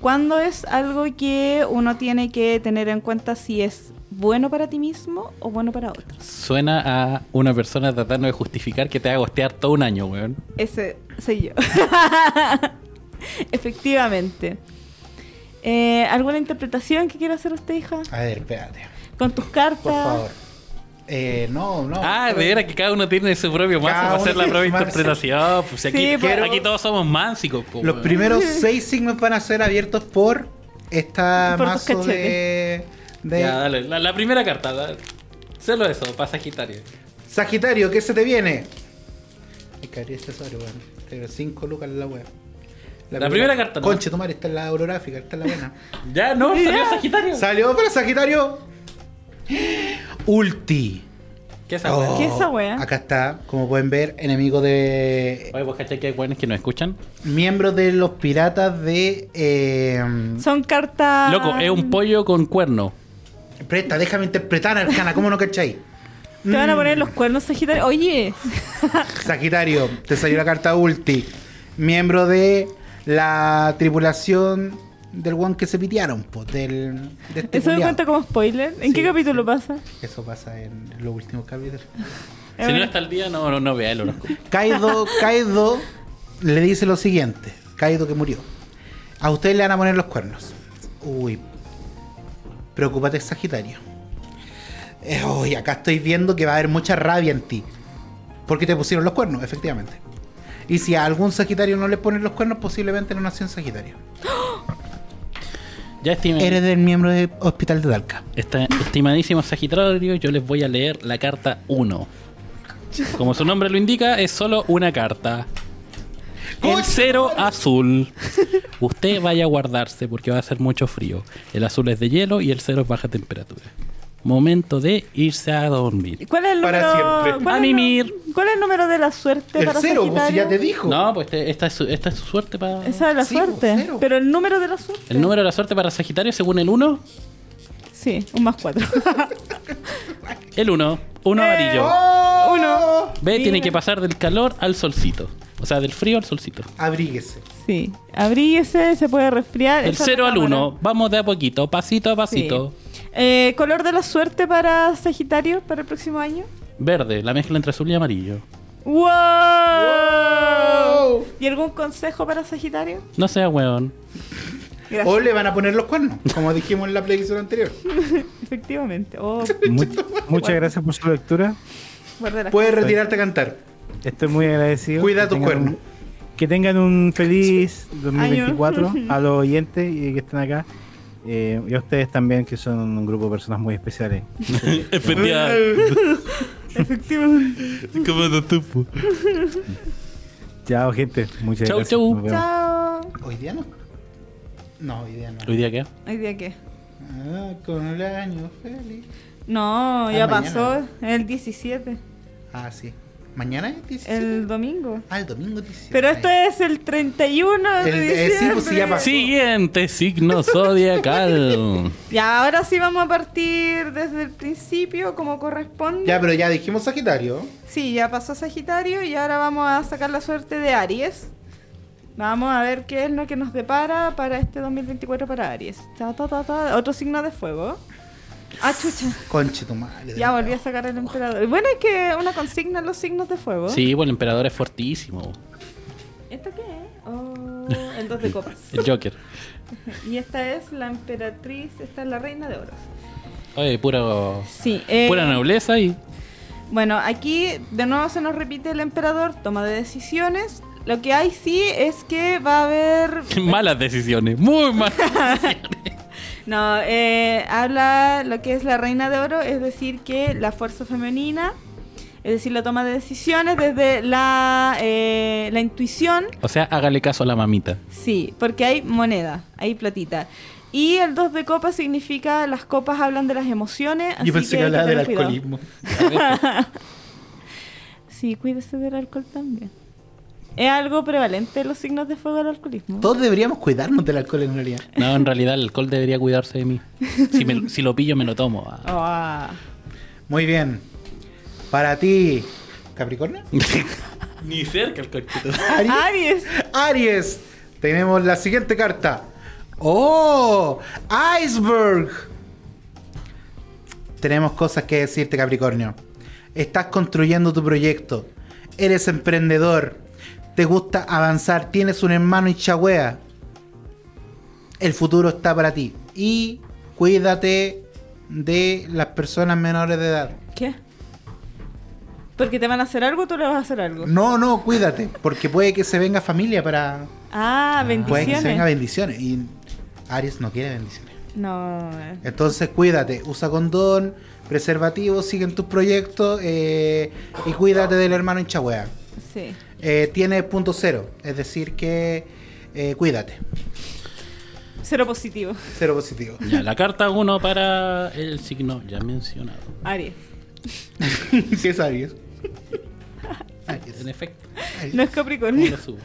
S3: cuándo es algo que uno tiene que tener en cuenta si es bueno para ti mismo o bueno para otros.
S4: Suena a una persona tratando de justificar que te va a gostear todo un año, weón.
S3: Ese soy yo. Efectivamente. Eh, ¿Alguna interpretación que quiera hacer usted, hija?
S2: A ver, espérate.
S3: Con tus cartas.
S2: Por favor. Eh, no, no.
S4: ah,
S2: pero-
S4: de veras que cada uno tiene su propio mazo
S2: Cada
S4: para hacer
S2: uno
S4: la
S2: tiene
S4: propia
S2: su mazo.
S4: interpretación. Pues si aquí,
S3: Sí, pero-
S4: aquí todos somos mansicos. po,
S2: Los
S4: weón.
S2: primeros seis signos van a ser abiertos por esta
S3: Por tus
S2: mazo de, de
S4: Ya, dale. La, la primera carta. da- Solo eso, para Sagitario.
S2: Sagitario, ¿qué se te viene? Me cabría este sobre, weón. Te veo 5 lucas en la web.
S4: La primera carta, ¿no?
S2: Conche, tomar, esta es la orográfica, esta es la buena.
S4: Ya, no, salió Sagitario.
S2: Salió para Sagitario. Ulti.
S4: ¿Qué es esa weá?
S2: Oh,
S3: ¿Qué es esa wea?
S2: Acá está, como pueden ver, enemigo de.
S4: Oye, vos cachai que hay weones que no escuchan.
S2: Miembros de los piratas de. eh,
S3: Son cartas.
S4: Loco, es un pollo con cuerno.
S2: Presta, déjame interpretar, Arcana, ¿cómo no cacháis?
S3: Te van a
S2: Mm.
S3: poner los cuernos Sagitario. Oye,
S2: Sagitario, te salió la carta ulti. Miembro de la tripulación del one que se pitearon, po, del, de este
S3: ¿eso me
S2: culiao.
S3: cuenta como spoiler? ¿En qué
S2: Sí,
S3: capítulo
S2: sí.
S3: pasa?
S2: Eso pasa en los últimos capítulos.
S3: Eh,
S4: Si no
S3: bueno.
S4: está el día, no, no, no vea el horóscopo.
S2: Kaido, Kaido le dice lo siguiente. Kaido que murió. A ustedes le van a poner los cuernos. Uy. Preocúpate, Sagitario. Eh, uy, acá estoy viendo que va a haber mucha rabia en ti. Porque te pusieron los cuernos, efectivamente. Y si a algún Sagitario no le ponen los cuernos, posiblemente no nació en Sagitario.
S4: Ya estimé.
S2: Mm. Eres del miembro del Hospital de Dalca.
S4: Está, estimadísimo Sagitario, yo les voy a leer la carta 1. Como su nombre lo indica, es solo una carta. El cero azul. Usted vaya a guardarse porque va a hacer mucho frío. El azul es de hielo y el cero es baja temperatura. Momento de irse a dormir.
S3: ¿Cuál es el
S2: Para
S3: número?
S2: siempre.
S3: ¿cuál
S4: A
S3: es el nu-
S4: mimir.
S3: ¿Cuál es el número de la suerte
S2: El
S3: para
S2: cero, pues si
S3: Sagitario?
S2: ya te dijo.
S4: No, pues te- esta es su, esta es su suerte para...
S3: Esa es la
S2: Sí, pues,
S3: suerte.
S2: cero.
S3: Pero el número de la suerte.
S4: El número de la suerte para Sagitario, según el 1,
S3: Sí, un más cuatro.
S4: el 1. 1
S3: ¡Eh!
S4: amarillo.
S2: oh,
S3: Uno.
S4: B tiene
S3: Mira.
S4: que pasar del calor al solcito. O sea, del frío al solcito.
S2: Abríguese.
S3: Sí. Abríguese, se puede resfriar.
S4: Del
S3: Esa
S4: 0 al
S3: es la
S4: 1, vamos de a poquito, pasito a
S3: Sí.
S4: pasito.
S3: Eh, color de la suerte para Sagitario para el próximo año.
S4: Verde, la mezcla entre azul y amarillo.
S3: ¡Wow! ¿Y algún consejo para Sagitario?
S4: No sea weón.
S3: Gracias.
S2: O le van a poner los cuernos, como dijimos en la predicción anterior.
S3: Efectivamente. Oh,
S6: Mu- muchas gracias por su lectura.
S3: guarda las-
S2: Puedes retirarte a cantar.
S6: Estoy muy agradecido.
S2: Cuida
S6: Que
S2: tus
S6: tengan un-
S2: cuernos.
S6: Que tengan un feliz 2024
S3: Año.
S6: a los oyentes y que estén acá. Eh, y a ustedes también, que son un grupo de personas muy especiales.
S3: Efectivamente.
S6: Chao, gente. Muchas
S4: Chau,
S6: gracias.
S4: chau.
S6: Nos vemos.
S3: Chao.
S2: Hoy día no. No, hoy día no.
S4: ¿Hoy día qué?
S3: ¿Hoy día qué?
S2: Ah, con el año feliz.
S3: No, ya
S2: Ah, mañana.
S3: pasó. El 17.
S2: Ah, sí. Mañana es 17.
S3: El domingo.
S2: Ah, el domingo 17.
S3: Pero esto es el 31 de
S2: El- eh, sí,
S3: diciembre.
S2: pues, sí, ya pasó.
S4: Siguiente signo zodiacal.
S3: Ya, ahora sí vamos a partir desde el principio como corresponde.
S2: Ya, pero ya dijimos Sagitario.
S3: Sí, ya pasó Sagitario y ahora vamos a sacar la suerte de Aries. Vamos a ver qué es lo que nos depara para este 2024 para Aries. Ta, ta, ta, ta. Otro signo de fuego. Ah, chucha.
S2: Conche tu madre.
S3: Ya volví a sacar el emperador. Bueno, es que una consigna en los signos de fuego.
S4: Sí, bueno, el emperador es fuertísimo.
S3: ¿Esto qué es? Oh, el dos de copas.
S4: El Joker.
S3: Y esta es la emperatriz, esta es la reina de oros.
S4: Oye, puro,
S3: Sí, eh,
S4: pura nobleza y.
S3: Bueno, aquí de nuevo se nos repite el emperador, toma de decisiones. Lo que hay sí es que va a haber...
S4: Malas decisiones, muy malas.
S3: No, eh, habla lo que es la reina de oro, es decir, que la fuerza femenina, es decir, la toma de decisiones desde la, eh, la intuición,
S4: O sea, hágale caso a la mamita.
S3: sí, porque hay moneda, hay platita. Y el 2 de copas significa las copas hablan de las emociones. así
S2: Yo pensé que
S3: hay
S2: hablaba del
S3: tener cuidado.
S2: alcoholismo.
S3: Sí, cuídese del alcohol también. Es algo prevalente en los signos de fuego del alcoholismo.
S2: Todos deberíamos cuidarnos del alcohol en realidad.
S4: No, en realidad el alcohol debería cuidarse de mí. Si, me- si lo pillo, me lo tomo. Ah.
S3: Ah.
S2: Muy bien. Para ti, Capricornio.
S4: Ni cerca el coquito.
S2: Aries.
S3: Aries.
S2: Aries, tenemos la siguiente carta. ¡Oh! ¡Iceberg! Tenemos cosas que decirte, Capricornio. Estás construyendo tu proyecto. Eres emprendedor. Te gusta avanzar. Tienes un hermano hinchagüea. El futuro está para ti. Y cuídate de las personas menores de edad.
S3: ¿Qué? Porque te van a hacer algo, tú le vas a hacer algo.
S2: No, no, cuídate. Porque puede que se venga familia para,
S3: Ah,
S2: Puede que se venga
S3: bendiciones.
S2: bendiciones. Y Aries no quiere bendiciones.
S3: No. eh.
S2: Entonces cuídate, usa condón, preservativo, sigue en tus proyectos eh, y cuídate del hermano hinchagüea.
S3: Sí.
S2: Eh, tiene punto cero, es decir que eh, cuídate.
S3: Cero positivo.
S2: Cero positivo.
S4: Ya, la carta 1 para el signo ya mencionado.
S3: Aries.
S2: si es Aries. Aries.
S4: En efecto,
S2: Aries.
S3: No
S2: No.
S3: es Capricornio.
S4: lo subo.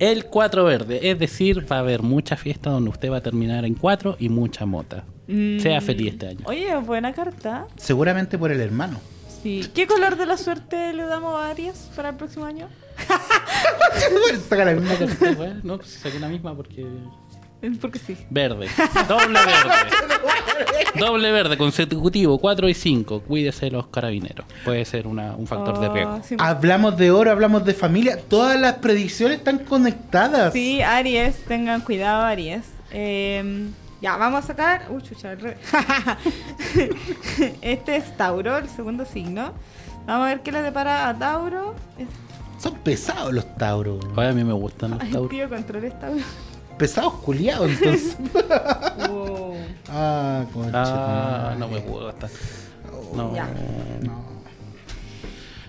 S4: El 4 verde, es decir, va a haber mucha fiesta donde usted va a terminar en 4 y mucha mota.
S3: Mm.
S4: Sea feliz este año.
S3: Oye, buena carta.
S2: Seguramente por el hermano.
S3: Sí. ¿Qué color de la suerte le damos a Aries para el próximo año?
S2: Saca la misma cosa.
S4: No, pues saqué la misma porque.
S3: Eh, Porque sí.
S4: Verde, doble verde. doble verde consecutivo, 4 y 5. Cuídese de los carabineros. Puede ser una- un factor de
S3: Oh,
S4: riesgo.
S3: sí.
S2: Hablamos de oro, hablamos de familia. Todas las predicciones están conectadas.
S3: Sí, Aries, tengan cuidado, Aries. Eh, ya, vamos a sacar. Uy, chucha, al revés. este es Tauro, el segundo signo. Vamos a ver qué le depara a Tauro. Es-
S2: Son pesados los Tauros.
S4: Oye, a mí me gustan los
S3: Ay,
S4: Tauro.
S3: tío, controles Tauro.
S2: Pesados culiados, entonces.
S3: Wow.
S2: ah, concha.
S4: Ah, no me gusta. No.
S3: Ya.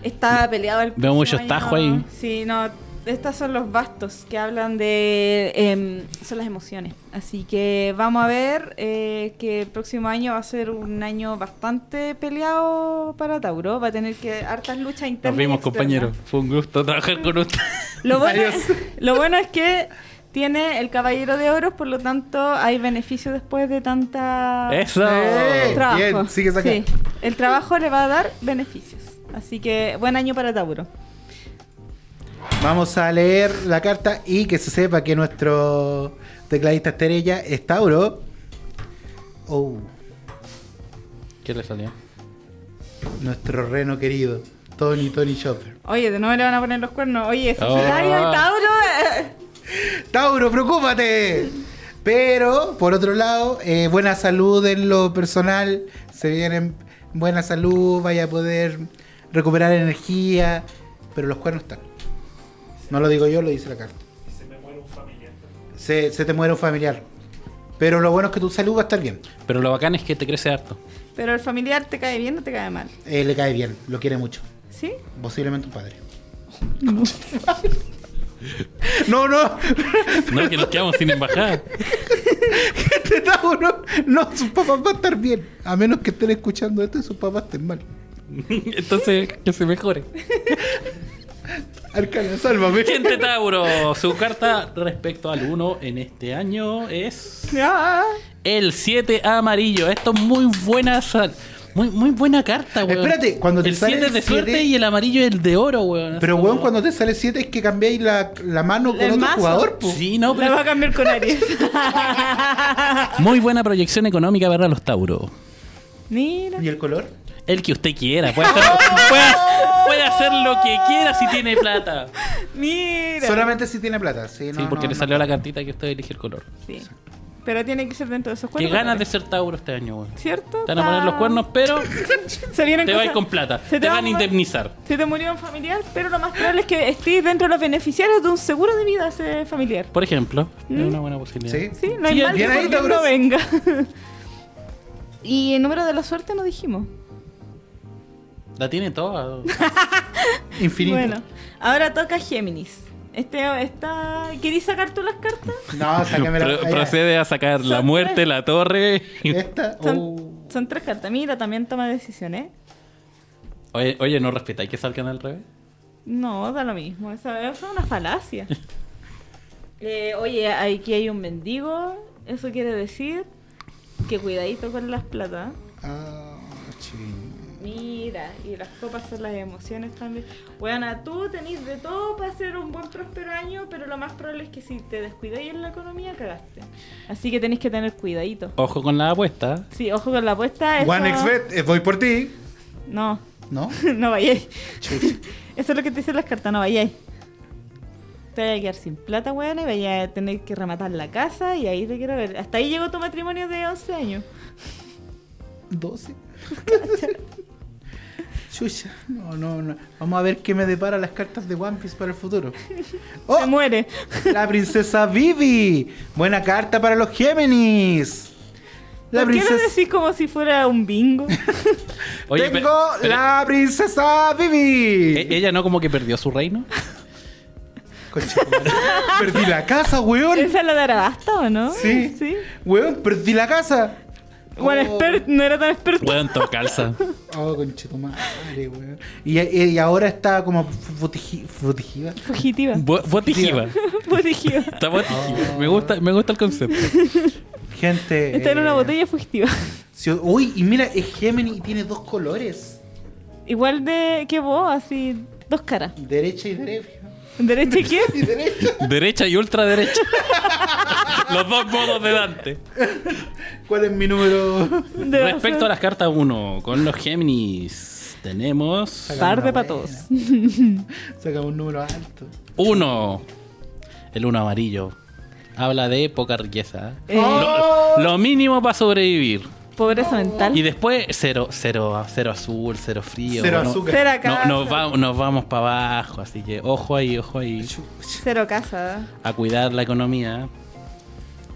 S3: Está peleado el
S4: Veo mucho
S3: próximo año.
S4: tajo ahí.
S3: Sí, no. Estos son los bastos que hablan de. em, son las emociones. Así que vamos a ver eh, que el próximo año va a ser un año bastante peleado para Tauro. Va a tener que hartas luchas internas.
S4: Nos
S3: y
S4: vimos,
S3: externas.
S4: compañeros. Fue un gusto trabajar con usted.
S3: Lo bueno,
S2: Adiós.
S3: lo bueno es que tiene el Caballero de Oros, por lo tanto hay beneficio después de tanta
S4: Eso.
S2: Eh.
S3: trabajo.
S2: Bien, sigue saca.
S3: Sí, el trabajo le va a dar beneficios. Así que buen año para Tauro.
S2: Vamos a leer la carta y que se sepa que nuestro tecladista estrella es Tauro. Oh,
S4: ¿Qué le salió?
S2: nuestro reno querido, Tony Tony Shopper.
S3: Oye, de nuevo le van a poner los cuernos. Oye,
S4: Oh.
S3: Sagitario y Tauro. eh,
S2: Tauro, preocúpate. Pero, por otro lado, eh, buena salud en lo personal. Se vienen buena salud, vaya a poder recuperar energía. Pero los cuernos están. No lo digo yo, lo dice la carta.
S1: Se me muere un familiar.
S2: Se, se te muere un familiar. Pero lo bueno es que tu salud va a estar bien.
S4: Pero lo bacán es que te crece harto.
S3: Pero el familiar te cae bien o te cae mal.
S2: Eh, le cae bien, lo quiere mucho.
S3: ¿Sí?
S2: Posiblemente un padre. No, no,
S4: No, que nos quedamos sin embajada.
S2: este Tauro, no, sus papás van a estar bien. A menos que estén escuchando esto y sus papás estén mal.
S4: Entonces, que se mejore.
S2: Arcana, sálvame.
S4: Gente Tauro, su carta respecto al 1 en este año es
S3: Ah,
S4: el 7 amarillo. Esto es muy buena sal- Muy, muy buena carta, weón.
S2: Espérate, cuando te
S4: El
S2: sale
S4: 7 es de
S2: el siete-
S4: suerte y el amarillo es el de oro, weón.
S2: Pero,
S4: Así
S2: weón,
S4: como-
S2: cuando te sale 7 es que cambiáis la, la mano con
S3: El
S2: otro
S3: mazo.
S2: jugador, po.
S4: Sí, no,
S3: la
S4: pero...
S3: va a cambiar con Aries.
S4: Muy buena proyección económica para los Tauro.
S3: Mira.
S2: ¿Y el color?
S4: El que usted quiera. Puede hacer, puede, puede hacer lo que quiera si tiene plata.
S3: Mira.
S2: Solamente si tiene plata. Sí,
S4: Sí,
S2: no,
S4: porque
S2: no,
S4: le
S2: no.
S4: salió la cartita que usted elige el color.
S3: Sí. Pero tiene que ser dentro de esos
S4: Qué
S3: cuernos.
S4: ganas de ser Tauro este año, weón.
S3: ¿Cierto?
S4: Te van a poner los cuernos, pero
S3: Se vienen
S4: te va a ir
S3: cosas-
S4: con plata.
S3: Se
S4: Te,
S3: va
S4: van a
S3: mover-
S4: indemnizar.
S3: Se te murió un familiar, pero lo más probable es que estés dentro de los beneficiarios de un seguro de vida ese familiar.
S4: Por ejemplo, es una buena posibilidad.
S2: Sí.
S3: Sí, no hay
S4: Sí,
S3: mal que
S2: bien ahí,
S3: por bien
S2: Tauro.
S3: no venga. y el número de la suerte no dijimos.
S4: La tiene toda.
S2: Ah, Infinito.
S3: Bueno, ahora toca Géminis. Este está. ¿Querís sacar tú las cartas?
S2: No, sácame la
S4: Pro-
S2: ahí va. Eh.
S4: procede a sacar la muerte, la torre.
S2: Esta.
S3: Son,
S2: oh.
S3: son tres cartas. Mira, también toma decisiones.
S4: Oye, oye, no respetáis que salgan al revés.
S3: No, da lo mismo. Esa eso es una falacia. Eh, oye, aquí hay un mendigo. Eso quiere decir que cuidadito con las plata.
S2: Ah, ching.
S3: Mira, y las copas son las emociones también. Bueno, tú tenés de todo para hacer un buen próspero año, pero lo más probable es que si te descuidáis en la economía, cagaste. Así que tenés que tener cuidadito.
S4: Ojo con la apuesta.
S3: Sí, ojo con la apuesta. eso-
S2: One XBet, eh, voy por ti.
S3: No,
S2: ¿No?
S3: no vayáis.
S2: Chucha.
S3: Eso es lo que te dicen las cartas, no vayáis. Te vayas a quedar sin plata, weón, y vayas a tener que rematar la casa, y ahí te quiero ver. Hasta ahí llegó tu matrimonio de 11 años.
S2: 12. Chucha, no, no, no. Vamos a ver qué me depara las cartas de One Piece para el futuro.
S3: Se
S2: ¡Oh!
S3: muere.
S2: La princesa Vivi. Buena carta para los Géminis. La
S3: ¿Por qué lo
S2: princesa.
S3: decís como si fuera un bingo?
S4: Oye,
S2: Tengo
S4: pero- eh,
S2: la princesa Vivi.
S4: pero- ¿e- ¿Ella no como que perdió su reino?
S2: Concha tu madre. perdí la casa, weón.
S3: ¿Esa es la de Arabasta o no?
S2: Sí.
S3: Sí.
S2: Weón, perdí la casa.
S3: Bueno,
S2: Oh.
S3: exper- no era tan experto.
S4: Weón, todo calza.
S2: Oh, concha tu madre, weón. Y, y ahora está como futigi- fugitiva.
S3: Fugitiva.
S4: Bu- Botijiva.
S3: Fugitiva.
S4: Está botijiva. Me gusta, me gusta el concepto.
S2: Gente.
S3: Está en
S2: eh,
S3: una botella fugitiva.
S2: si- uy, y mira, es Gemini y tiene dos colores:
S3: Igual de que vos, así, dos caras.
S2: derecha y derecha.
S3: ¿Derecha y qué?
S2: Y derecha.
S4: Derecha y ultraderecha. Los dos modos de Dante.
S2: ¿Cuál es mi número?
S3: De
S4: Respecto a las cartas 1, con los Géminis tenemos
S3: Par de
S2: Una
S3: patos.
S2: Sacamos un número alto.
S4: 1. El 1 amarillo. Habla de poca riqueza.
S3: Eh,
S2: Oh.
S4: Lo mínimo para sobrevivir.
S3: Pobreza mental.
S4: Y después cero, cero, cero azul, cero frío.
S2: Cero
S4: No-
S2: azúcar.
S3: Cero
S4: no-
S3: casa.
S4: nos, va- nos vamos para abajo, así que ojo ahí, ojo ahí.
S3: Cero casa.
S4: A cuidar la economía.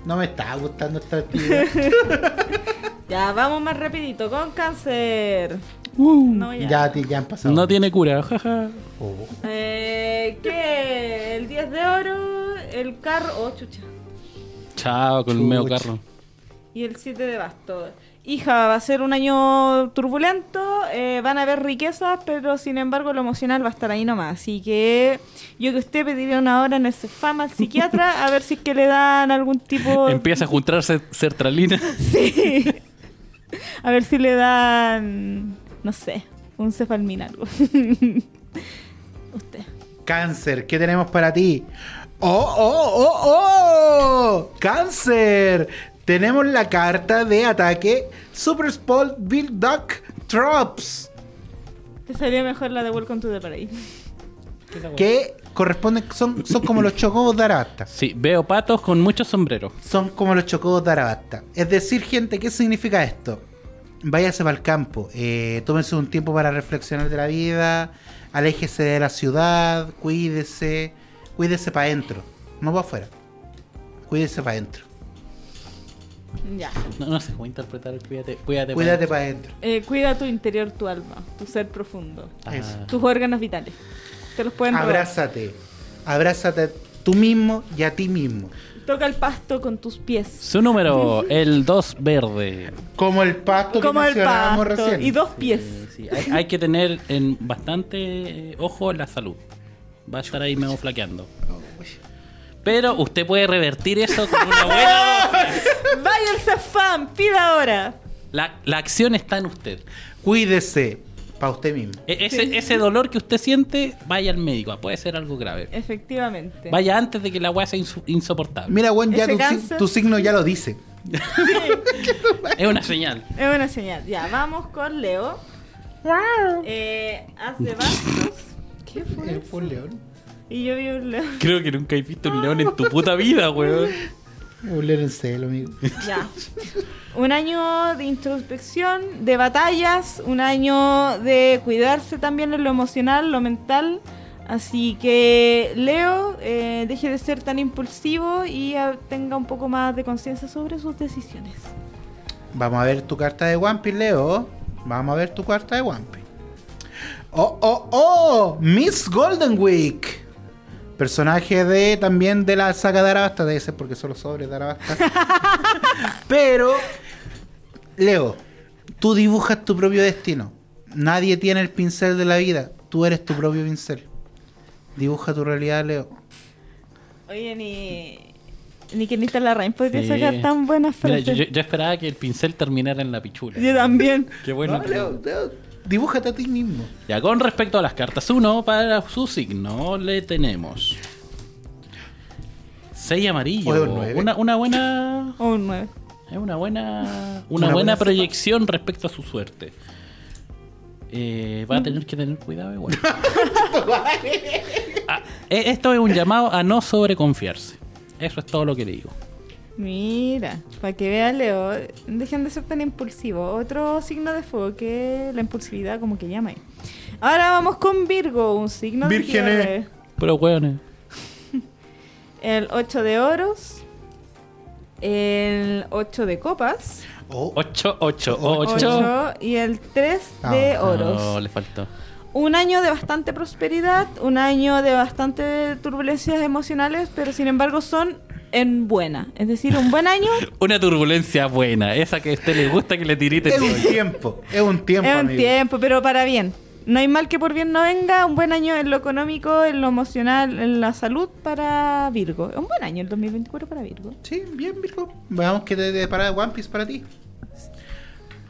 S2: No me está gustando esta actividad.
S3: Ya, vamos más rapidito con cáncer.
S4: Uh.
S3: no, ya.
S2: ya, ti, ya han pasado.
S4: No tiene cura, jaja.
S2: Oh.
S3: Eh, ¿Qué? El 10 de oro, el carro... Oh, chucha.
S4: Chao con el medio
S2: Chuch.
S4: carro.
S3: Y el 7 de basto. Hija, va a ser un año turbulento, eh, van a haber riquezas, pero sin embargo lo emocional va a estar ahí nomás. Así que yo que usted pediría una hora en el Cefam al psiquiatra a ver si es que le dan algún tipo...
S4: Empieza a juntarse sertralina.
S3: Sí. A ver si le dan, no sé, un cefalmin algo. Usted.
S2: Cáncer, ¿qué tenemos para ti? ¡Oh, oh, oh, oh! ¡Cáncer! Tenemos la carta de ataque Super Spall Build Duck Drops,
S3: Te salió mejor la de Welcome to the Parade.
S2: que corresponden, son, son como los chocobos de Arabasta.
S4: Sí, veo patos con muchos sombreros.
S2: Son como los chocobos de Arabasta. Es decir, gente, ¿qué significa esto? Váyase para el campo, eh, tómense un tiempo para reflexionar de la vida, aléjese de la ciudad, cuídese, cuídese para adentro, no para afuera, cuídese para adentro.
S3: Ya.
S4: No, no sé cómo interpretar. el Cuídate, cuídate.
S2: Cuídate para adentro.
S3: Eh, cuida tu interior, tu alma, tu ser profundo,
S4: Ah,
S2: Eso.
S3: tus órganos vitales. Te los
S2: Ah,
S3: pueden robar.
S2: Abrázate. Abrázate tú mismo y a ti mismo.
S3: Toca el pasto con tus pies.
S4: Su número, el 2 verde.
S2: Como el pasto que
S3: Como el
S2: mencionábamos
S3: pasto.
S2: recién.
S3: Y dos pies.
S4: Eh, sí, hay, hay que tener en bastante eh, ojo la salud. Va a estar ahí medio flaqueando. Pero usted puede revertir eso con una buena dosis.
S3: Vaya al Cefam, pida ahora.
S4: La, la acción está en usted.
S2: Cuídese para usted mismo.
S4: E- ese, ese dolor que usted siente, vaya al médico. Puede ser algo grave.
S3: Efectivamente.
S4: Vaya antes de que la weá sea insu- insoportable.
S2: Mira, Juan, ya
S3: Ese
S2: tu, si-
S3: cáncer-
S2: tu signo ya lo dice.
S4: Es una señal.
S3: Es una señal. Ya, vamos con Leo. Eh, hace bastos. ¿Qué fue? eso?
S2: un león.
S3: Y yo vi un león.
S4: Creo que nunca he visto un león en tu puta vida, weón.
S2: Un león en celo, amigo.
S3: Ya. Un año de introspección, de batallas, un año de cuidarse también en lo emocional, lo mental. Así que Leo, eh, deje de ser tan impulsivo y ah, tenga un poco más de conciencia sobre sus decisiones.
S2: Vamos a ver tu carta de One Piece, Leo. Vamos a ver tu carta de One Piece. Oh, oh, oh, Miss Golden Week. Personaje de también de la saga de Arabasta, debe ser porque son los sobres de Arabasta. Pero, Leo, tú dibujas tu propio destino. Nadie tiene el pincel de la vida. Tú eres tu propio pincel. Dibuja tu realidad, Leo.
S3: Oye, ni. Ni que ni la Rain podría
S4: Sí.
S3: sacar tan buenas
S4: Mira,
S3: frases.
S4: yo, yo- yo esperaba que el pincel terminara en la pichula.
S3: Yo también.
S4: Qué bueno.
S2: No, Leo, Leo, dibújate a ti mismo.
S4: Ya, con respecto a las cartas 1, para su signo le tenemos 6 amarillo.
S2: Oye, un nueve.
S4: Una, una buena.
S3: O Oh, un 9.
S4: Es una buena. Una,
S2: Una
S4: buena,
S2: buena
S4: proyección respecto a su suerte. Eh,
S2: Mm.
S4: va a tener que tener cuidado igual. Ah, e- esto es un llamado a no sobreconfiarse. Eso es todo lo que le digo.
S3: Mira, para que vea Leo, dejen de ser tan impulsivo. Otro signo de fuego que la impulsividad como que llama ahí. Ahora vamos con Virgo, un signo
S2: Vírgenes.
S3: de cierre.
S4: Pero weones.
S3: El 8 de oros, el 8 de copas,
S2: Oh,
S4: 8, 8,
S2: Ocho.
S4: 8.
S3: ocho, y el 3 de
S2: Ah.
S3: oros.
S4: le faltó.
S3: un año de bastante prosperidad, un año de bastante turbulencias emocionales, pero sin embargo son en buena. Es decir, un buen año
S4: Una turbulencia buena, esa que a usted le gusta que le tirite.
S2: Es un tiempo, es un tiempo,
S3: es un
S2: amigo.
S3: tiempo, pero para bien. No hay mal que por bien no venga, un buen año en lo económico, en lo emocional, en la salud para Virgo. Es un buen año el 2024 para Virgo.
S2: Sí, bien, Virgo. Veamos qué te depara One Piece para ti.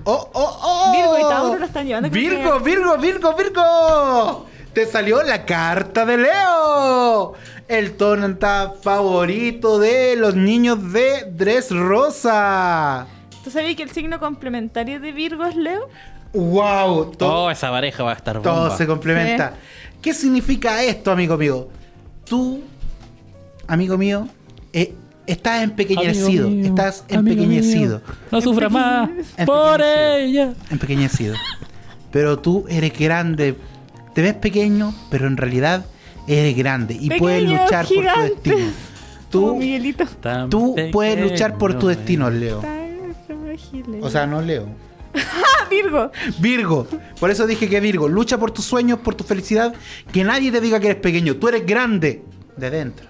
S2: ¡Oh, oh, oh!
S3: Virgo y Tauro lo están llevando como
S2: ¡Virgo, Virgo, Virgo, Virgo! ¡Te salió la carta de Leo! El tonta favorito de los niños de Dress Rosa.
S3: ¿Tú sabías que el signo complementario de Virgo es Leo?
S2: ¡Wow! Todo,
S4: Oh, esa pareja va a estar bomba.
S2: todo se complementa. ¿Qué significa esto, amigo mío? Tú, amigo mío, eh, estás empequeñecido.
S4: Amigo mío,
S2: estás
S4: amigo mío.
S2: empequeñecido.
S4: No sufra más
S2: Empequeñecido.
S4: por ella.
S2: empequeñecido. Pero tú eres grande. Te ves pequeño, pero en realidad eres grande y puedes
S3: Pequeño,
S2: luchar
S3: gigante.
S2: por tu destino.
S4: Oh,
S3: Como
S2: Tú,
S3: Miguelito.
S4: Tan
S2: tú puedes
S4: pequeño
S2: luchar por tu
S4: es.
S2: destino, Leo.
S3: Tan frágil.
S2: O sea, no Leo.
S3: ¡Ah, Virgo!
S2: Virgo. Por eso dije que Virgo. Lucha por tus sueños, por tu felicidad. Que nadie te diga que eres pequeño. Tú eres grande. De dentro.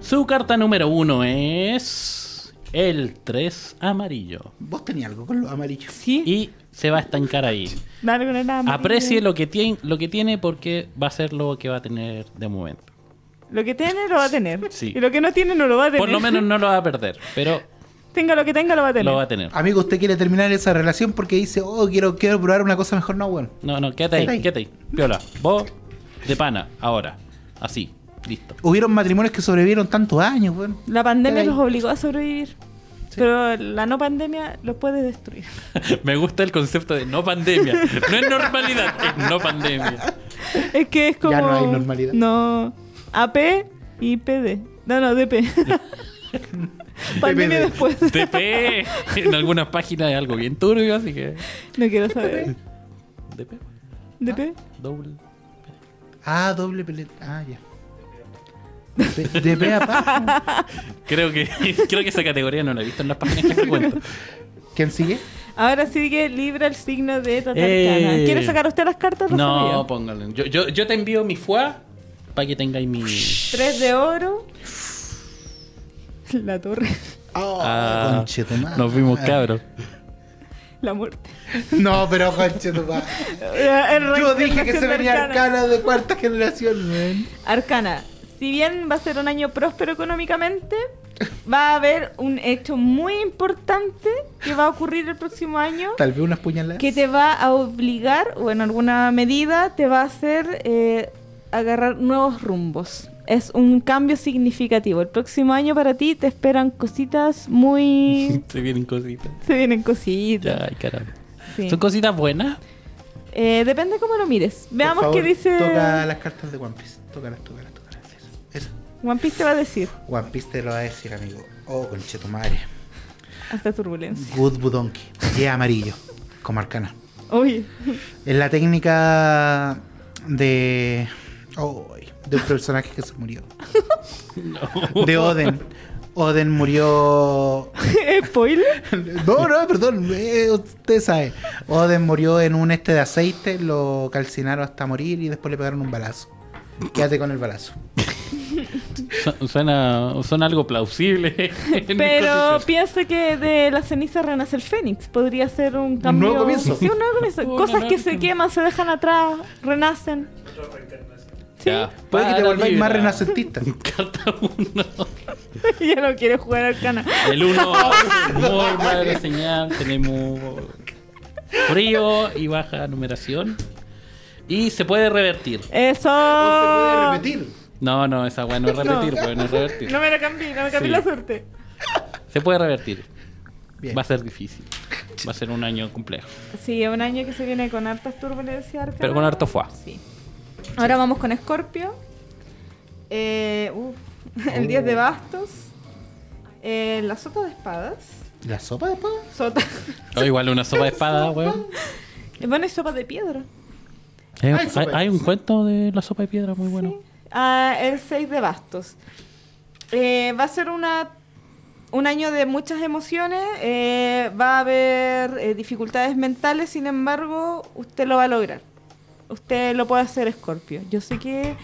S4: Su carta número uno es el 3 amarillo.
S2: Vos tenías algo con los amarillos.
S3: Sí.
S4: Y se va a estancar ahí.
S3: Dale con el amarillo.
S4: Aprecie lo que, tiene, lo que tiene porque va a ser lo que va a tener de momento.
S3: Lo que tiene lo va a tener.
S4: Sí.
S3: Y lo que no tiene no lo va a tener.
S4: Por lo menos no lo va a perder, pero
S3: Tenga lo que tenga, lo va a tener.
S4: lo va a tener.
S2: Amigo, usted quiere terminar esa relación porque dice, oh, quiero, quiero probar una cosa mejor. No, bueno.
S4: No, no,
S2: Quédate
S4: quédate
S2: ahí.
S4: ahí, quédate ahí. Piola, vos de pana, ahora. Así, listo.
S2: Hubieron matrimonios que sobrevivieron tantos años, bueno.
S3: La pandemia
S2: Ay.
S3: los obligó a sobrevivir. Pero la no pandemia los puede destruir.
S4: Me gusta el concepto de no pandemia. No es normalidad, es no pandemia.
S3: Es que es como.
S2: Ya no hay normalidad.
S3: No. AP y PD. No, no, DP. pandemia
S2: DPD.
S3: después.
S4: DP, E. en algunas páginas es algo bien turbio, así que.
S3: No quiero saber.
S4: DP,
S3: ¿DP?
S4: doble.
S2: Ah, doble peleta. Ah, ya. De, de pe a pa.
S4: Creo que, creo que esa categoría no la he visto en las páginas que frecuento.
S2: ¿Quién sigue?
S3: Ahora sí que libra el signo de Total
S4: Eh.
S3: Cana. ¿Quiere sacar usted las cartas?
S4: No,
S3: Rosalía?
S4: póngale. Yo, yo, yo te envío mi foie para que tengáis mi.
S3: Tres de oro. La torre.
S2: Oh,
S4: Ah,
S2: conchetumare.
S4: nos vimos cabros.
S3: La muerte.
S2: No, pero conchetumare. Yo dije que se venía arcana de cuarta generación, man.
S3: Arcana, si bien va a ser un año próspero económicamente, va a haber un hecho muy importante que va a ocurrir el próximo año
S2: Tal vez unas puñaladas.
S3: que te va a obligar, o en alguna medida, te va a hacer eh, agarrar nuevos rumbos. Es un cambio significativo. El próximo año para ti te esperan cositas muy...
S4: Se vienen cositas.
S3: Se vienen cositas.
S4: Ay, caramba.
S3: sí.
S4: ¿Son cositas buenas?
S3: Eh, depende cómo lo mires.
S2: Por
S3: Veamos
S2: favor,
S3: qué dice...
S2: Toca las cartas de One Piece. Tócalas, tócalas, tócalas. Eso. eso.
S3: One Piece te va a decir.
S2: One Piece te lo va a decir, amigo. Oh, conchetumare.
S3: Hasta turbulencia.
S2: Good Budonki. Yeah, amarillo. Como arcana.
S3: Oye.
S2: Es la técnica de. Oh, de un personaje que se murió. De Oden. Oden murió.
S3: ¿Spoiler?
S2: No, no, perdón. eh, usted sabe. Oden murió en un este de aceite, lo calcinaron hasta morir y después le pegaron un balazo. Quédate con el balazo.
S4: Su- Suena, suena algo plausible. en
S3: Pero
S4: mis condiciones.
S3: piensa que de la ceniza renace el fénix. Podría ser un cambio.
S2: nuevo comienzo.
S3: Sí, un nuevo comienzo.
S4: Una
S3: Cosas que
S4: nueva-
S3: se queman, se dejan atrás, renacen. Sí,
S4: Ya,
S2: Puede que te
S4: para
S2: volváis más
S4: vibrar.
S2: renacentista.
S4: Carta 1.
S3: ya no quiere jugar al cana.
S4: El 1, muy mala señal. Tenemos frío y baja numeración. Y se puede revertir.
S3: Eso.
S4: Oh,
S2: No se puede repetir.
S4: No, no, esa weá no es repetir,
S3: No.
S4: weón, no es revertir.
S3: No me la cambié, no me cambié
S4: Sí.
S3: la suerte.
S4: Se puede revertir.
S2: Bien.
S4: Va a ser difícil. Va a ser un año complejo.
S3: Sí, es un año que se viene con hartas turbulencias. arcanas.
S4: Pero con harto fuá.
S3: Sí. Ahora vamos con Escorpio. Eh, uf, el 10
S4: Oh.
S3: de bastos. Eh, la sota de espadas.
S2: ¿La sopa de espada?
S3: Sota.
S4: O igual una sopa de espada, weón.
S3: Bueno, es sopa de piedra.
S2: Ay,
S4: Eh, Hay,
S2: sopa.
S4: hay un cuento de la sopa de piedra muy bueno.
S3: Sí. Ah, el 6 de bastos. Eh, va a ser una un año de muchas emociones, eh, va a haber eh, dificultades mentales, sin embargo, usted lo va a lograr. Usted lo puede hacer, Scorpio. Yo sé que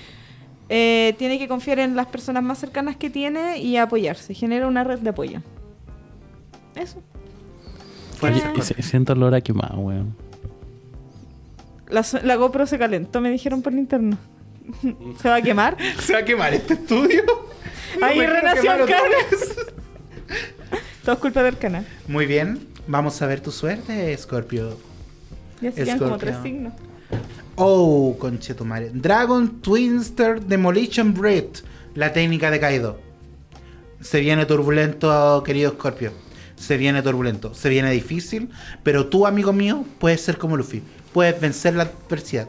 S3: eh, tiene que confiar en las personas más cercanas que tiene y apoyarse. Genera una red de apoyo. Eso.
S2: Fuerza,
S4: Y- y se- siento olor a quemado, weón.
S3: La, so- la GoPro se calentó, me dijeron por interno. ¿Se va a quemar?
S7: Se va a quemar este estudio.
S3: Ahí
S7: Me quiero
S3: renació
S7: quemar
S3: el
S7: otra
S3: canal.
S7: vez.
S3: Todo es culpa del canal.
S2: Muy bien, vamos a ver tu suerte, Scorpio.
S3: Ya se quedan como tres
S2: Scorpio.
S3: signos.
S2: Oh, conchetumare. Dragon Twinster Demolition Breath, la técnica de Kaido. Se viene turbulento, querido Scorpio. Se viene turbulento, se viene difícil, pero tú, amigo mío, puedes ser como Luffy. Puedes vencer la adversidad.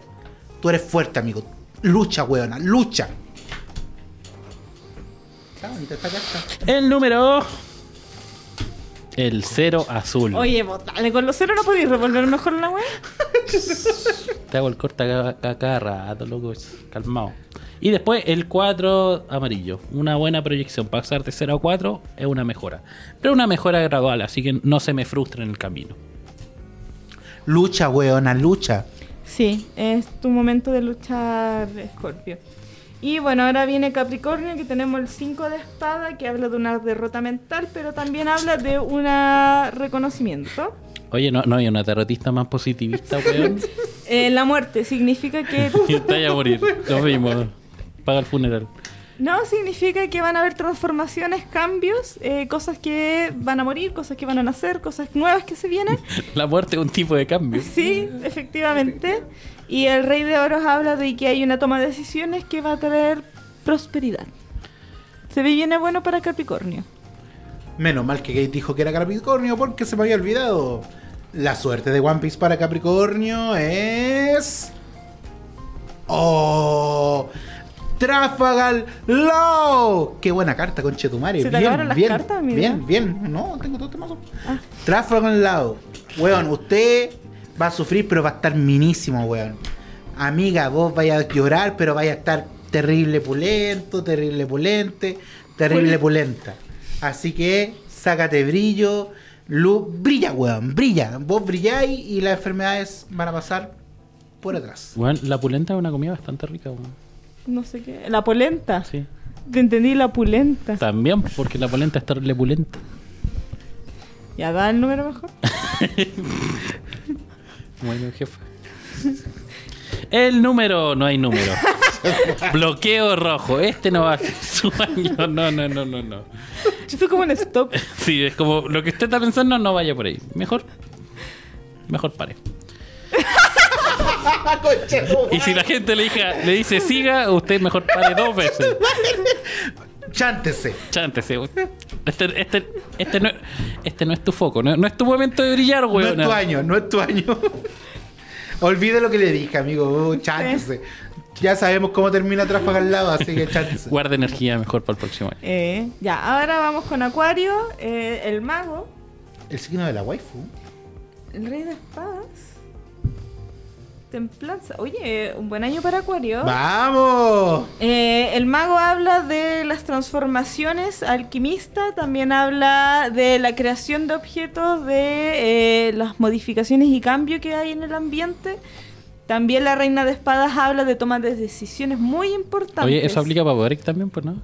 S2: Tú eres fuerte, amigo. Lucha, weona, lucha. Está bonita esta carta.
S4: El número. El cero azul.
S3: Oye, vos dale, con los cero no podéis revolver mejor la web.
S4: Te hago el corte a ca- a cada rato, loco. Calmado. Y después el 4 amarillo. Una buena proyección. Pasar de 0 a 4 es una mejora. Pero una mejora gradual, así que no se me frustra en el camino.
S2: Lucha, weona, lucha.
S3: Sí, es tu momento de luchar, Scorpio. Y bueno, ahora viene Capricornio, que tenemos el 5 de espada, que habla de una derrota mental, pero también habla de un reconocimiento.
S4: Oye, no, no hay una derrotista más positivista, weón.
S3: Eh, la muerte significa que...
S4: Te vaya a morir. Lo mismo. Paga el funeral.
S3: No, significa que van a haber transformaciones, cambios, eh, cosas que van a morir, cosas que van a nacer, cosas nuevas que se vienen.
S4: La muerte es un tipo de cambio.
S3: Sí, efectivamente. Y el Rey de Oros habla de que hay una toma de decisiones que va a traer prosperidad. Se ve viene bueno para Capricornio.
S2: Menos mal que Kate dijo que era Capricornio porque se me había olvidado. La suerte de One Piece para Capricornio es. ¡Oh! Trafalgar Law. ¡Qué buena carta, conchetumare!
S3: ¿Se te acabaron las
S2: bien,
S3: cartas, mira?
S2: bien, bien. No, tengo todo este mazo. Trafalgar Law. Weón, usted va a sufrir, pero va a estar minísimo, weón. Amiga, vos vaya a llorar, pero vaya a estar terrible pulento, terrible pulente, terrible pulenta. Así que sácate brillo, luz, brilla, weón, brilla. Vos brilláis y las enfermedades van a pasar por atrás.
S4: Weón, la pulenta es una comida bastante rica, weón.
S3: No sé qué. La polenta.
S4: Sí.
S3: Te entendí, la pulenta.
S4: También, porque la polenta está repulenta.
S3: Ya da el número mejor.
S4: Bueno, jefe. El número, no hay número. Bloqueo rojo. Este no va a ser su año. No, no, no, no, no.
S3: Yo soy como un stop.
S4: Sí, es como lo que usted está pensando, no vaya por ahí. Mejor, mejor pare. Y si la gente le, diga- le dice siga, usted mejor pare dos veces.
S2: Chántese.
S4: Chántese. güey. Este, este, este, no, este no es tu foco, no, no es tu momento de brillar,
S2: No
S4: weón.
S2: es tu año, no es tu año. Olvide lo que le dije, amigo. Uh, chántese. Ya sabemos cómo termina Trafalgar Law, así que chántese.
S4: Guarda energía mejor para el próximo año.
S3: Eh, ya, ahora vamos con Acuario, eh, el mago,
S2: El signo de la waifu.
S3: el rey de espadas. Templanza. Oye, un buen año para Acuario.
S2: ¡Vamos!
S3: Eh, el mago habla de las transformaciones, alquimista también habla de la creación de objetos, de eh, las modificaciones y cambio que hay en el ambiente. También la reina de espadas habla de tomar de decisiones muy importantes.
S4: Oye, eso aplica para Boric también, pues no.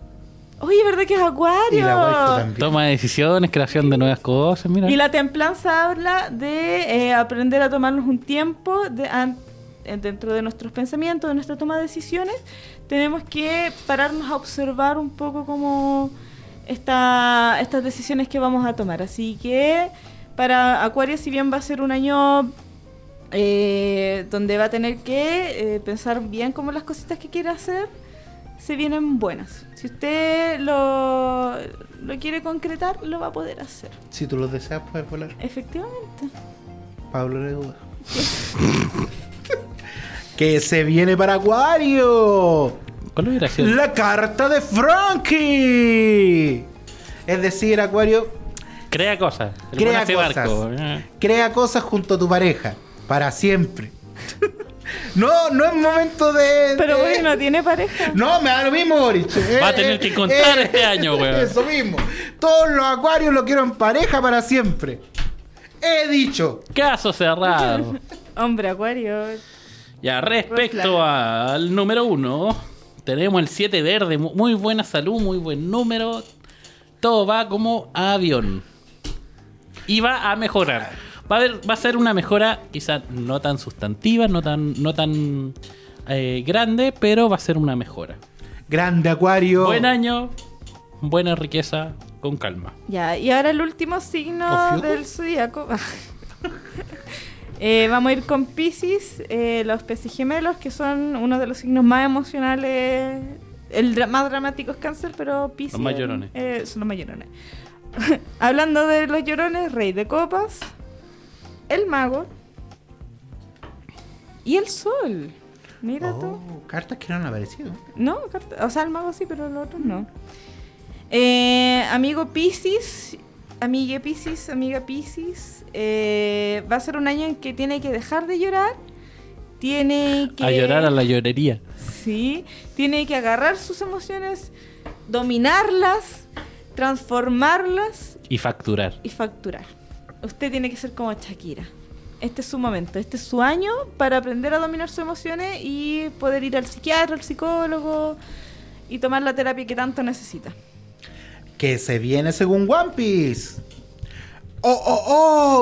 S3: Oye, ¿verdad que es Acuario?
S2: Y la waifu también.
S4: Toma de decisiones, creación de nuevas cosas, mira.
S3: Y la templanza habla de eh, aprender a tomarnos un tiempo de, an- eh, dentro de nuestros pensamientos, de nuestra toma de decisiones. Tenemos que pararnos a observar un poco cómo esta, estas decisiones que vamos a tomar. Así que para Acuario, si bien va a ser un año eh, donde va a tener que eh, pensar bien como las cositas que quiere hacer, se vienen buenas. Si usted lo, lo quiere concretar, lo va a poder hacer.
S2: Si tú lo deseas, puedes volar.
S3: Efectivamente.
S2: Pablo Neruda. que se viene para Acuario.
S4: ¿Cuál hubiera sido?
S2: La carta de Frankie. Es decir, Acuario,
S4: Crea cosas. El
S2: Crea
S4: buen hace
S2: cosas.
S4: Eh.
S2: crea cosas junto a tu pareja. Para siempre. no, no es momento de.
S3: Pero
S2: de-
S3: bueno, tiene pareja.
S2: No, me da lo mismo, Boric.
S4: Va a
S2: Eh,
S4: tener
S2: eh,
S4: que encontrar
S2: eh,
S4: este año, weón.
S2: Eso mismo. Todos los acuarios lo quiero en pareja para siempre. He dicho.
S4: Caso cerrado.
S3: Hombre, Acuario.
S4: Ya, respecto al número uno, tenemos el 7 verde. Mu- Muy buena salud, muy buen número. Todo va como a avión. Y va a mejorar. Va a, haber- va a ser una mejora quizá no tan sustantiva, no tan, no tan eh, grande, pero va a ser una mejora.
S2: Grande acuario.
S4: Buen año, buena riqueza, con calma.
S3: Ya, y ahora el último signo
S2: ¿Ofiuco?
S3: del zodiaco. Eh, vamos a ir con Pisces, eh, los peces gemelos, que son uno de los signos más emocionales. El dra- más dramático es Cáncer, pero Pisces.
S4: Los más llorones.
S3: eh, son los más llorones. Hablando de los llorones, Rey de Copas, el Mago y el Sol. Mira tú.
S2: Oh, cartas que no han aparecido.
S3: No, cart- o sea, el mago sí, pero los otros no. Eh, amigo Piscis, amigue Piscis, amiga Piscis, eh, va a ser un año en que tiene que dejar de llorar, tiene que...
S4: A llorar a la llorería.
S3: Sí, tiene que agarrar sus emociones, dominarlas, transformarlas
S4: Y facturar.
S3: y facturar. Usted tiene que ser como Shakira. Este es su momento, este es su año para aprender a dominar sus emociones y poder ir al psiquiatra, al psicólogo y tomar la terapia que tanto necesita.
S2: Que se viene según One Piece. Oh, oh,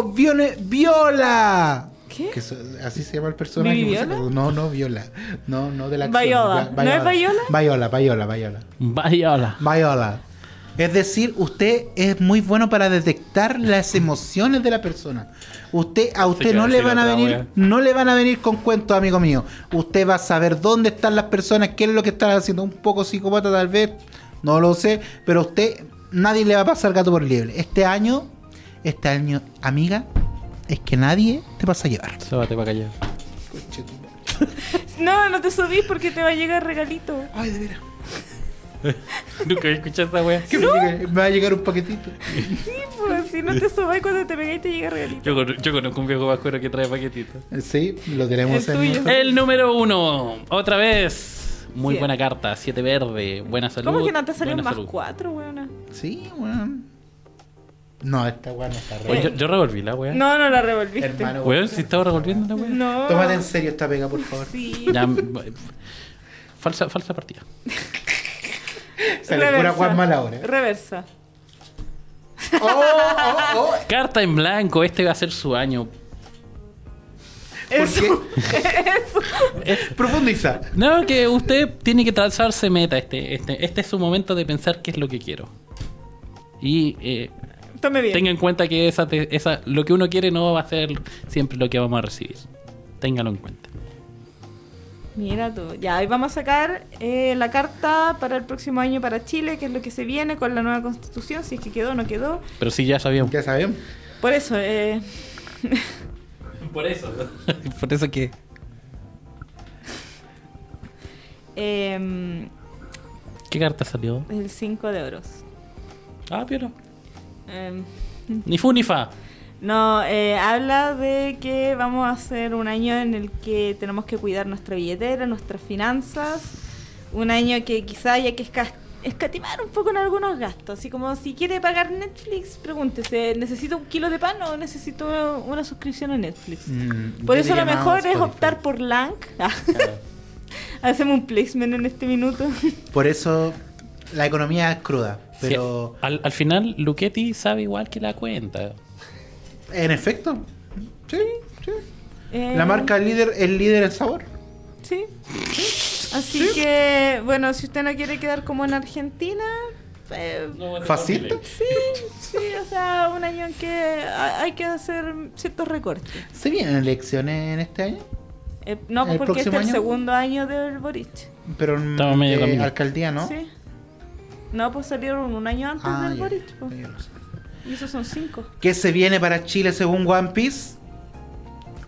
S2: oh, vione- Viola.
S3: ¿Qué?
S2: Que so- así se llama el personaje.
S3: ¿Vivi Viola?
S2: No, no, Viola. No, no de la
S3: Viola.
S2: acción.
S3: ¿No es Viola?
S2: Viola, Viola, Viola.
S4: Vaya hola.
S2: Viola. Es decir, usted es muy bueno para detectar las emociones de la persona. Usted, a usted
S4: quiero
S2: no le
S4: decir
S2: van a
S4: otra
S2: venir,
S4: wea.
S2: no le van a venir con cuentos, amigo mío. Usted va a saber dónde están las personas, qué es lo que están haciendo. Un poco psicópata tal vez, no lo sé, pero usted, nadie le va a pasar gato por liebre. Este año, este año, amiga, es que nadie te pasa a llevar.
S4: Sóbate para callar.
S3: No, no te subís porque te va a llegar regalito.
S2: Ay, de veras.
S4: Nunca había escuchado esta wea.
S2: que me llegue- me va a llegar un paquetito.
S3: Sí, pues si no te subís cuando te pegáis te llega regalito.
S4: Yo, cono- yo conozco un viejo vascuero que trae paquetitos.
S2: Sí, lo tenemos
S3: El
S2: en
S3: tuyo.
S2: nuestro-
S4: El número uno, otra vez. Muy
S3: Siete.
S4: buena carta, 7 verde, buena salud.
S3: ¿Cómo que no te salió un
S4: buena
S3: más
S4: salud.
S3: cuatro, weona?
S2: Sí, weón. No, esta weón no está re.
S4: Oye, yo, yo revolví la weá.
S3: No, no la revolviste.
S2: ¿Eh? Hermano,
S4: Weón, si estaba revolviendo la weá.
S3: No.
S2: Tómate en serio esta pega, por favor.
S3: Sí.
S4: Ya, m- falsa, falsa partida.
S2: Sale pura weón mala ahora.
S3: Reversa.
S2: Oh, oh, oh.
S4: Carta en blanco, este va a ser su año.
S2: ¿Por qué? Profundiza.
S4: No, que usted tiene que trazarse meta. Este, este, este es su momento de pensar qué es lo que quiero. Y eh,
S3: Tome bien.
S4: tenga en cuenta que esa, te- esa, lo que uno quiere no va a ser siempre lo que vamos a recibir. Téngalo en cuenta.
S3: Mira tú, ya, hoy vamos a sacar eh, la carta para el próximo año para Chile, que es lo que se viene con la nueva constitución, si es que quedó o no quedó.
S4: Pero sí, ya sabíamos.
S2: Ya sabemos.
S3: Por eso, eh,
S4: Por eso. Por eso que.
S3: em,
S4: ¿Qué carta salió?
S3: el 5 de oros.
S4: Ah, pero.
S3: Em,
S4: Ni fu ni fa.
S3: no, eh, habla de que vamos a hacer un año en el que tenemos que cuidar nuestra billetera, nuestras finanzas, un año que quizá haya que esca- escatimar un poco en algunos gastos, así como si quiere pagar Netflix, pregúntese, ¿necesito un kilo de pan o necesito una suscripción a Netflix?
S2: Mm,
S3: Por eso lo mejor es optar por Lank. Hacemos un placement en este minuto.
S2: Por eso la economía es cruda. Pero
S4: Sí, al, al final, Luchetti sabe igual que la cuenta.
S2: en efecto, sí, sí.
S3: Eh,
S2: La marca líder es líder en sabor.
S3: Sí. Así que, bueno, si usted no quiere quedar como en Argentina, eh,
S2: Facilita.
S3: sí, sí, o sea, un año en que ha- hay que hacer ciertos recortes.
S2: ¿Se vienen elecciones en este año?
S3: Eh, no,
S2: ¿El
S3: porque este es
S2: próximo
S3: el
S2: año?
S3: segundo año del Boric.
S2: Pero en
S4: Estamos medio
S2: eh,
S4: camino.
S2: alcaldía, ¿no?
S3: Sí. No, pues salieron un año antes
S2: Ah,
S3: del
S2: ya.
S3: Boric. pues.
S2: Ya lo sé.
S3: Y esos son cinco.
S2: ¿Qué se viene para Chile según One Piece?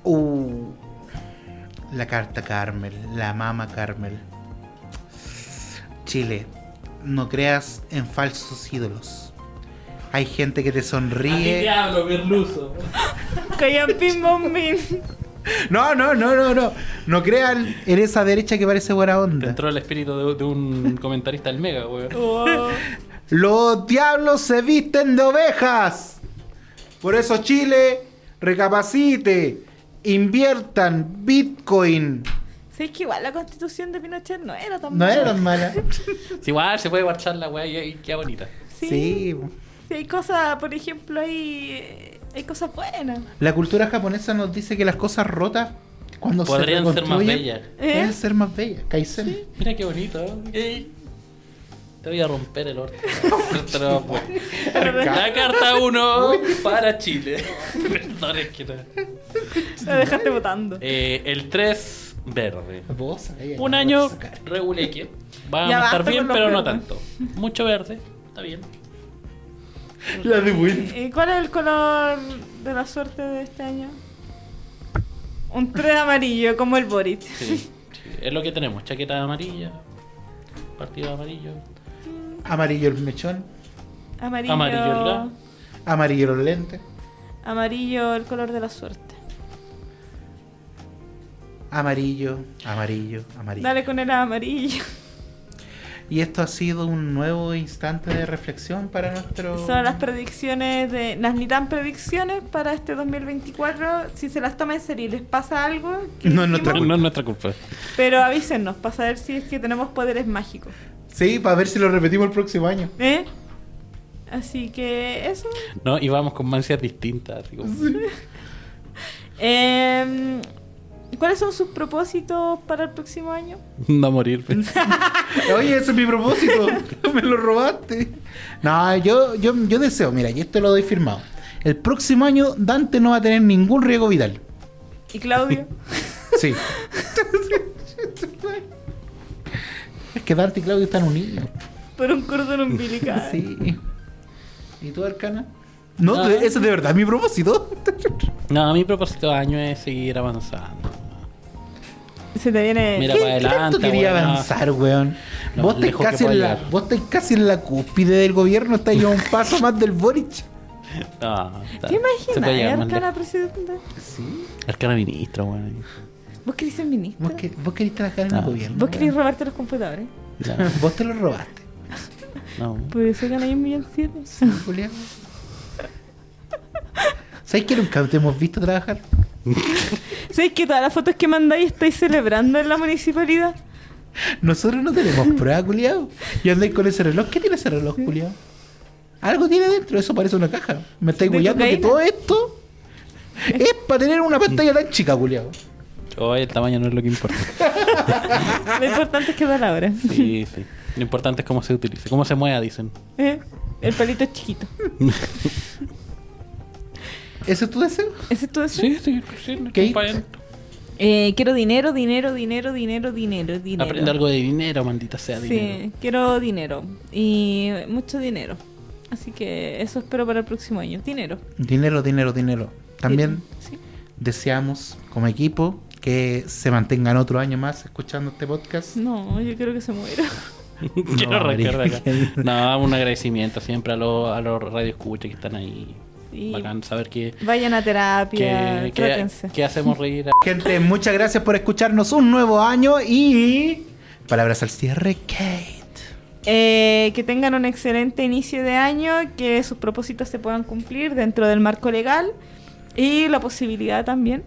S2: Uh, la carta Carmel, la mama Carmel. Chile, no creas en falsos ídolos. Hay gente que te sonríe.
S4: diablo, Berluso.
S3: Callan pim bom, bim.
S2: No, no, no, no, no. No crean en esa derecha que parece buena
S4: Te
S2: onda.
S4: entró el espíritu de, de un comentarista del Mega, weón.
S3: Oh.
S2: Los diablos se visten de ovejas. Por eso Chile, recapacite, inviertan Bitcoin.
S3: Sí, es que igual la constitución de Pinochet no era tan
S2: No
S3: mala.
S2: eran malas.
S4: Sí, igual se puede marchar la weá y, y queda bonita.
S3: Sí.
S2: Sí.
S3: Sí, hay cosas, por ejemplo, hay, hay cosas buenas.
S2: La cultura japonesa nos dice que las cosas rotas cuando se
S4: Podrían ser más
S2: reconstruyen,
S4: bellas.
S2: Podrían
S3: ¿Eh?
S2: ser más bellas. Kaizen.
S4: Mira qué bonito. ¿eh? Te voy a romper el orto. Pero, bueno.
S2: pues.
S4: La carta 1 para Chile. Perdón, es que no.
S3: La dejaste votando.
S4: Eh, el 3 verde.
S2: Vos, ahí,
S4: Un
S2: ahí,
S4: año
S2: vas a sacar.
S4: reguleque. Va
S3: Ya
S4: a estar
S3: basta
S4: bien,
S3: con los
S4: pero no
S3: verdes.
S4: tanto. Mucho verde. Está bien.
S2: La de Will.
S3: ¿Y cuál es el color de la suerte de este año? Un 3 amarillo, como el Boris.
S4: Sí, sí. Es lo que tenemos. Chaqueta amarilla. Partido amarillo.
S2: Amarillo el mechón,
S3: Amarillo.
S4: Amarillo, ¿verdad?
S2: amarillo los lentes,
S3: Amarillo, el color de la suerte.
S2: amarillo, amarillo, amarillo.
S3: Dale con el amarillo.
S2: Y esto ha sido un nuevo instante de reflexión para nuestro...
S3: Son las predicciones de. Las ni tan predicciones para este 2024. Si se las toma en serio y les pasa algo. que
S2: No es
S3: dijimos,
S2: nuestra culpa.
S4: No es nuestra culpa.
S3: Pero avísennos para saber si es que tenemos poderes mágicos.
S2: Sí, para ver si lo repetimos el próximo año.
S3: ¿Eh? Así que eso.
S4: No, y vamos con mancias distintas. así como-
S3: Em, ¿Cuáles son sus propósitos para el próximo año?
S4: No morir. pues.
S2: Oye, ese es mi propósito. Me lo robaste. No, yo, yo, yo deseo, mira, y esto lo doy firmado. El próximo año Dante no va a tener ningún riesgo vital.
S3: ¿Y Claudio?
S2: Sí. es que Dante y Claudio están unidos.
S3: Por un cordón umbilical.
S2: Sí. ¿Y tú, Arcana? No,
S4: No.
S2: de- ese es de verdad mi propósito.
S4: No, mi propósito de año es seguir avanzando.
S3: Se te viene.
S4: Mira,
S2: ¿Qué
S4: para adelante,
S2: tanto quería
S4: weón, no.
S2: avanzar, weón?
S4: Lo
S2: vos, estás
S4: lejos que
S2: casi
S4: pueda
S2: en la,
S4: llegar.
S2: vos estás casi en la cúspide del gobierno, estás ya un paso más del Boric.
S4: No, está-
S3: ¿Te
S4: se puede llegar
S3: imaginas,
S4: más
S3: Arcana presidenta?
S2: Sí.
S4: lejos. Arcana ministro, weón.
S3: ¿Vos querés ser ministro?
S2: Vos, que- vos querés trabajar en el
S4: Ah.
S2: gobierno.
S3: ¿Vos querés
S2: weón.
S3: robarte los computadores?
S4: Ya,
S2: Vos te lo robaste.
S4: No,
S3: Por eso gané un millón siete.
S2: Julián. ¿Sabes que nunca te hemos visto trabajar?
S3: ¿Sabes que todas las fotos que mandáis estáis celebrando en la municipalidad?
S2: Nosotros no tenemos prueba, culiao. Y andáis con ese reloj. ¿Qué tiene ese reloj, culiao? Algo tiene dentro, eso parece una caja. Me estáis
S3: De
S2: guiando que
S3: cocaína. ¿Eh?
S2: todo esto es para tener una pantalla tan chica, culiao.
S4: Hoy el tamaño no es lo que importa.
S3: Lo importante es que da la hora.
S4: Sí, sí. Lo importante es cómo se utilice, cómo se mueva, dicen.
S3: ¿Eh? El palito es chiquito.
S2: ¿Ese es tu deseo?
S3: ¿Ese es tu deseo?
S4: Sí, sí, sí.
S2: ¿Qué?
S4: pa' adentro.
S3: Eh, quiero dinero, dinero, dinero, dinero, dinero, dinero.
S4: Aprende algo de dinero, maldita sea
S3: Sí,
S4: dinero.
S3: quiero dinero. Y mucho dinero. Así que eso espero para el próximo año. Dinero.
S2: Dinero, dinero, dinero. También
S3: Sí.
S2: deseamos como equipo que se mantengan otro año más escuchando este podcast.
S3: No, yo quiero que se muera.
S4: Quiero
S2: No,
S4: arrancar de
S2: María.
S4: acá. No, un agradecimiento siempre a los a los radioescuchas que están ahí.
S3: Sí.
S4: Bacán saber que,
S3: Vayan a terapia,
S4: que, que,
S3: trátense.
S4: que hacemos reír a...
S2: Gente, muchas gracias por escucharnos un nuevo año y... Palabras al cierre, Kate.
S3: Eh, que tengan un excelente inicio de año, que sus propósitos se puedan cumplir dentro del marco legal y la posibilidad también.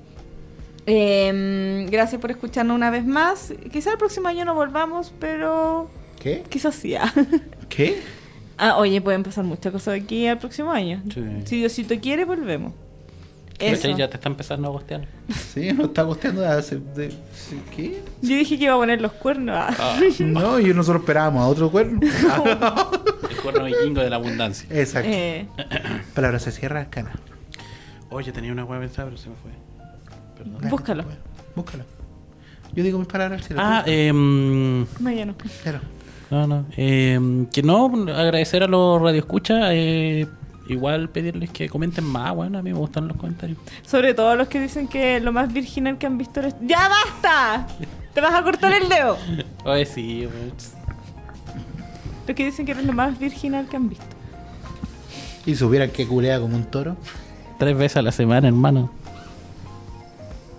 S3: Eh, gracias por escucharnos una vez más. Quizá el próximo año no volvamos, pero
S2: ¿Qué?
S3: quizás sí. ah.
S2: ¿Qué?
S3: Ah, oye, pueden pasar muchas cosas de aquí al próximo año.
S4: Sí.
S3: Si Diosito quiere, volvemos. Eso.
S4: ¿Cachai? Ya te está empezando a gostear.
S2: Sí, no está gusteando de hace... de- sí, ¿Qué?
S3: Yo dije que iba a poner los cuernos. ah.
S2: No, y nosotros esperábamos a otro cuerno. Ah,
S4: El cuerno vikingo de la abundancia.
S2: Exacto.
S3: Eh,
S2: Palabras al cierre, Arcana.
S4: Oye, tenía una hueá pensada, pero se me fue. Perdón.
S3: Búscalo.
S2: pues, Búscalo. Yo digo mis palabras al cierre. pues.
S4: Ah, eh...
S3: mañana.
S2: Claro.
S4: No, no. Eh, que no, agradecer a los radioescuchas. Eh, igual pedirles que comenten más. Bueno, a mí me gustan los comentarios.
S3: Sobre todo los que dicen que lo más virginal que han visto es... ¡Ya basta! Te vas a cortar el dedo.
S4: Oye, sí, pues, weón.
S3: Los que dicen que eres lo más virginal que han visto.
S2: Y supieran que culea como un toro.
S4: Tres veces a la semana, hermano.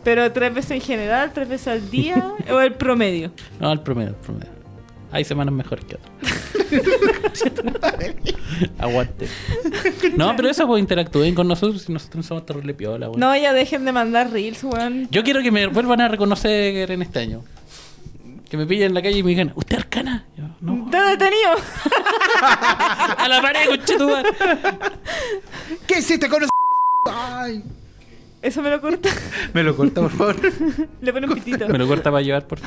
S3: Pero tres veces en general, tres veces al día o el promedio.
S4: No, al promedio, al promedio. Hay semanas mejores que otras. Aguante. No, pero eso, pues interactúen con nosotros si nosotros somos terrible piola, weón.
S3: No, ya dejen de mandar reels, weón.
S4: Yo quiero que me vuelvan a reconocer en este año. Que me pillen en la calle y me digan, ¿usted arcana? Yo, no.
S3: ¡Te detenido!
S4: A la pared, conchetumar.
S2: ¿Qué hiciste con ese? Ay,
S3: Eso me lo corta.
S2: me lo corta, por favor.
S3: Le pone un pitito.
S4: Me lo corta para llevar por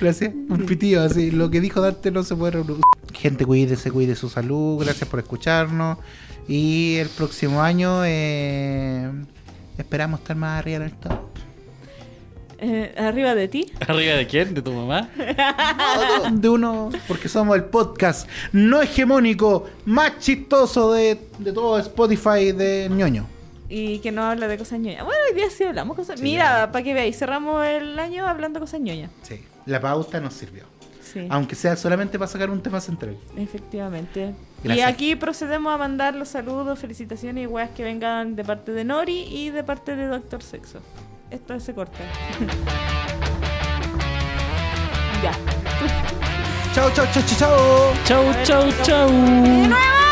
S2: Gracias. Un pitido así. Lo que dijo Dante no se puede reproducir. Gente, cuídese, cuide su salud. Gracias por escucharnos. Y el próximo año eh, esperamos estar más arriba del top.
S3: Eh, arriba de ti.
S4: ¿Arriba de quién? ¿De tu mamá?
S2: De uno, porque somos el podcast no hegemónico, más chistoso de, de todo Spotify de ñoño.
S3: Y que no habla de cosas ñoñas. Bueno, hoy día sí hablamos cosas. Mira, para que veáis, cerramos el año hablando cosas ñoñas.
S2: Sí. La pauta nos sirvió.
S3: Sí.
S2: Aunque sea solamente para sacar un tema central.
S3: Efectivamente. Y
S2: Gracias.
S3: aquí procedemos a mandar los saludos, felicitaciones y weas que vengan de parte de Nori y de parte de Doctor Sexo. Esto se corta. ya.
S2: Chao, chao, chao, chao, chao.
S4: Chau, chau, chau.
S3: ¡De nuevo!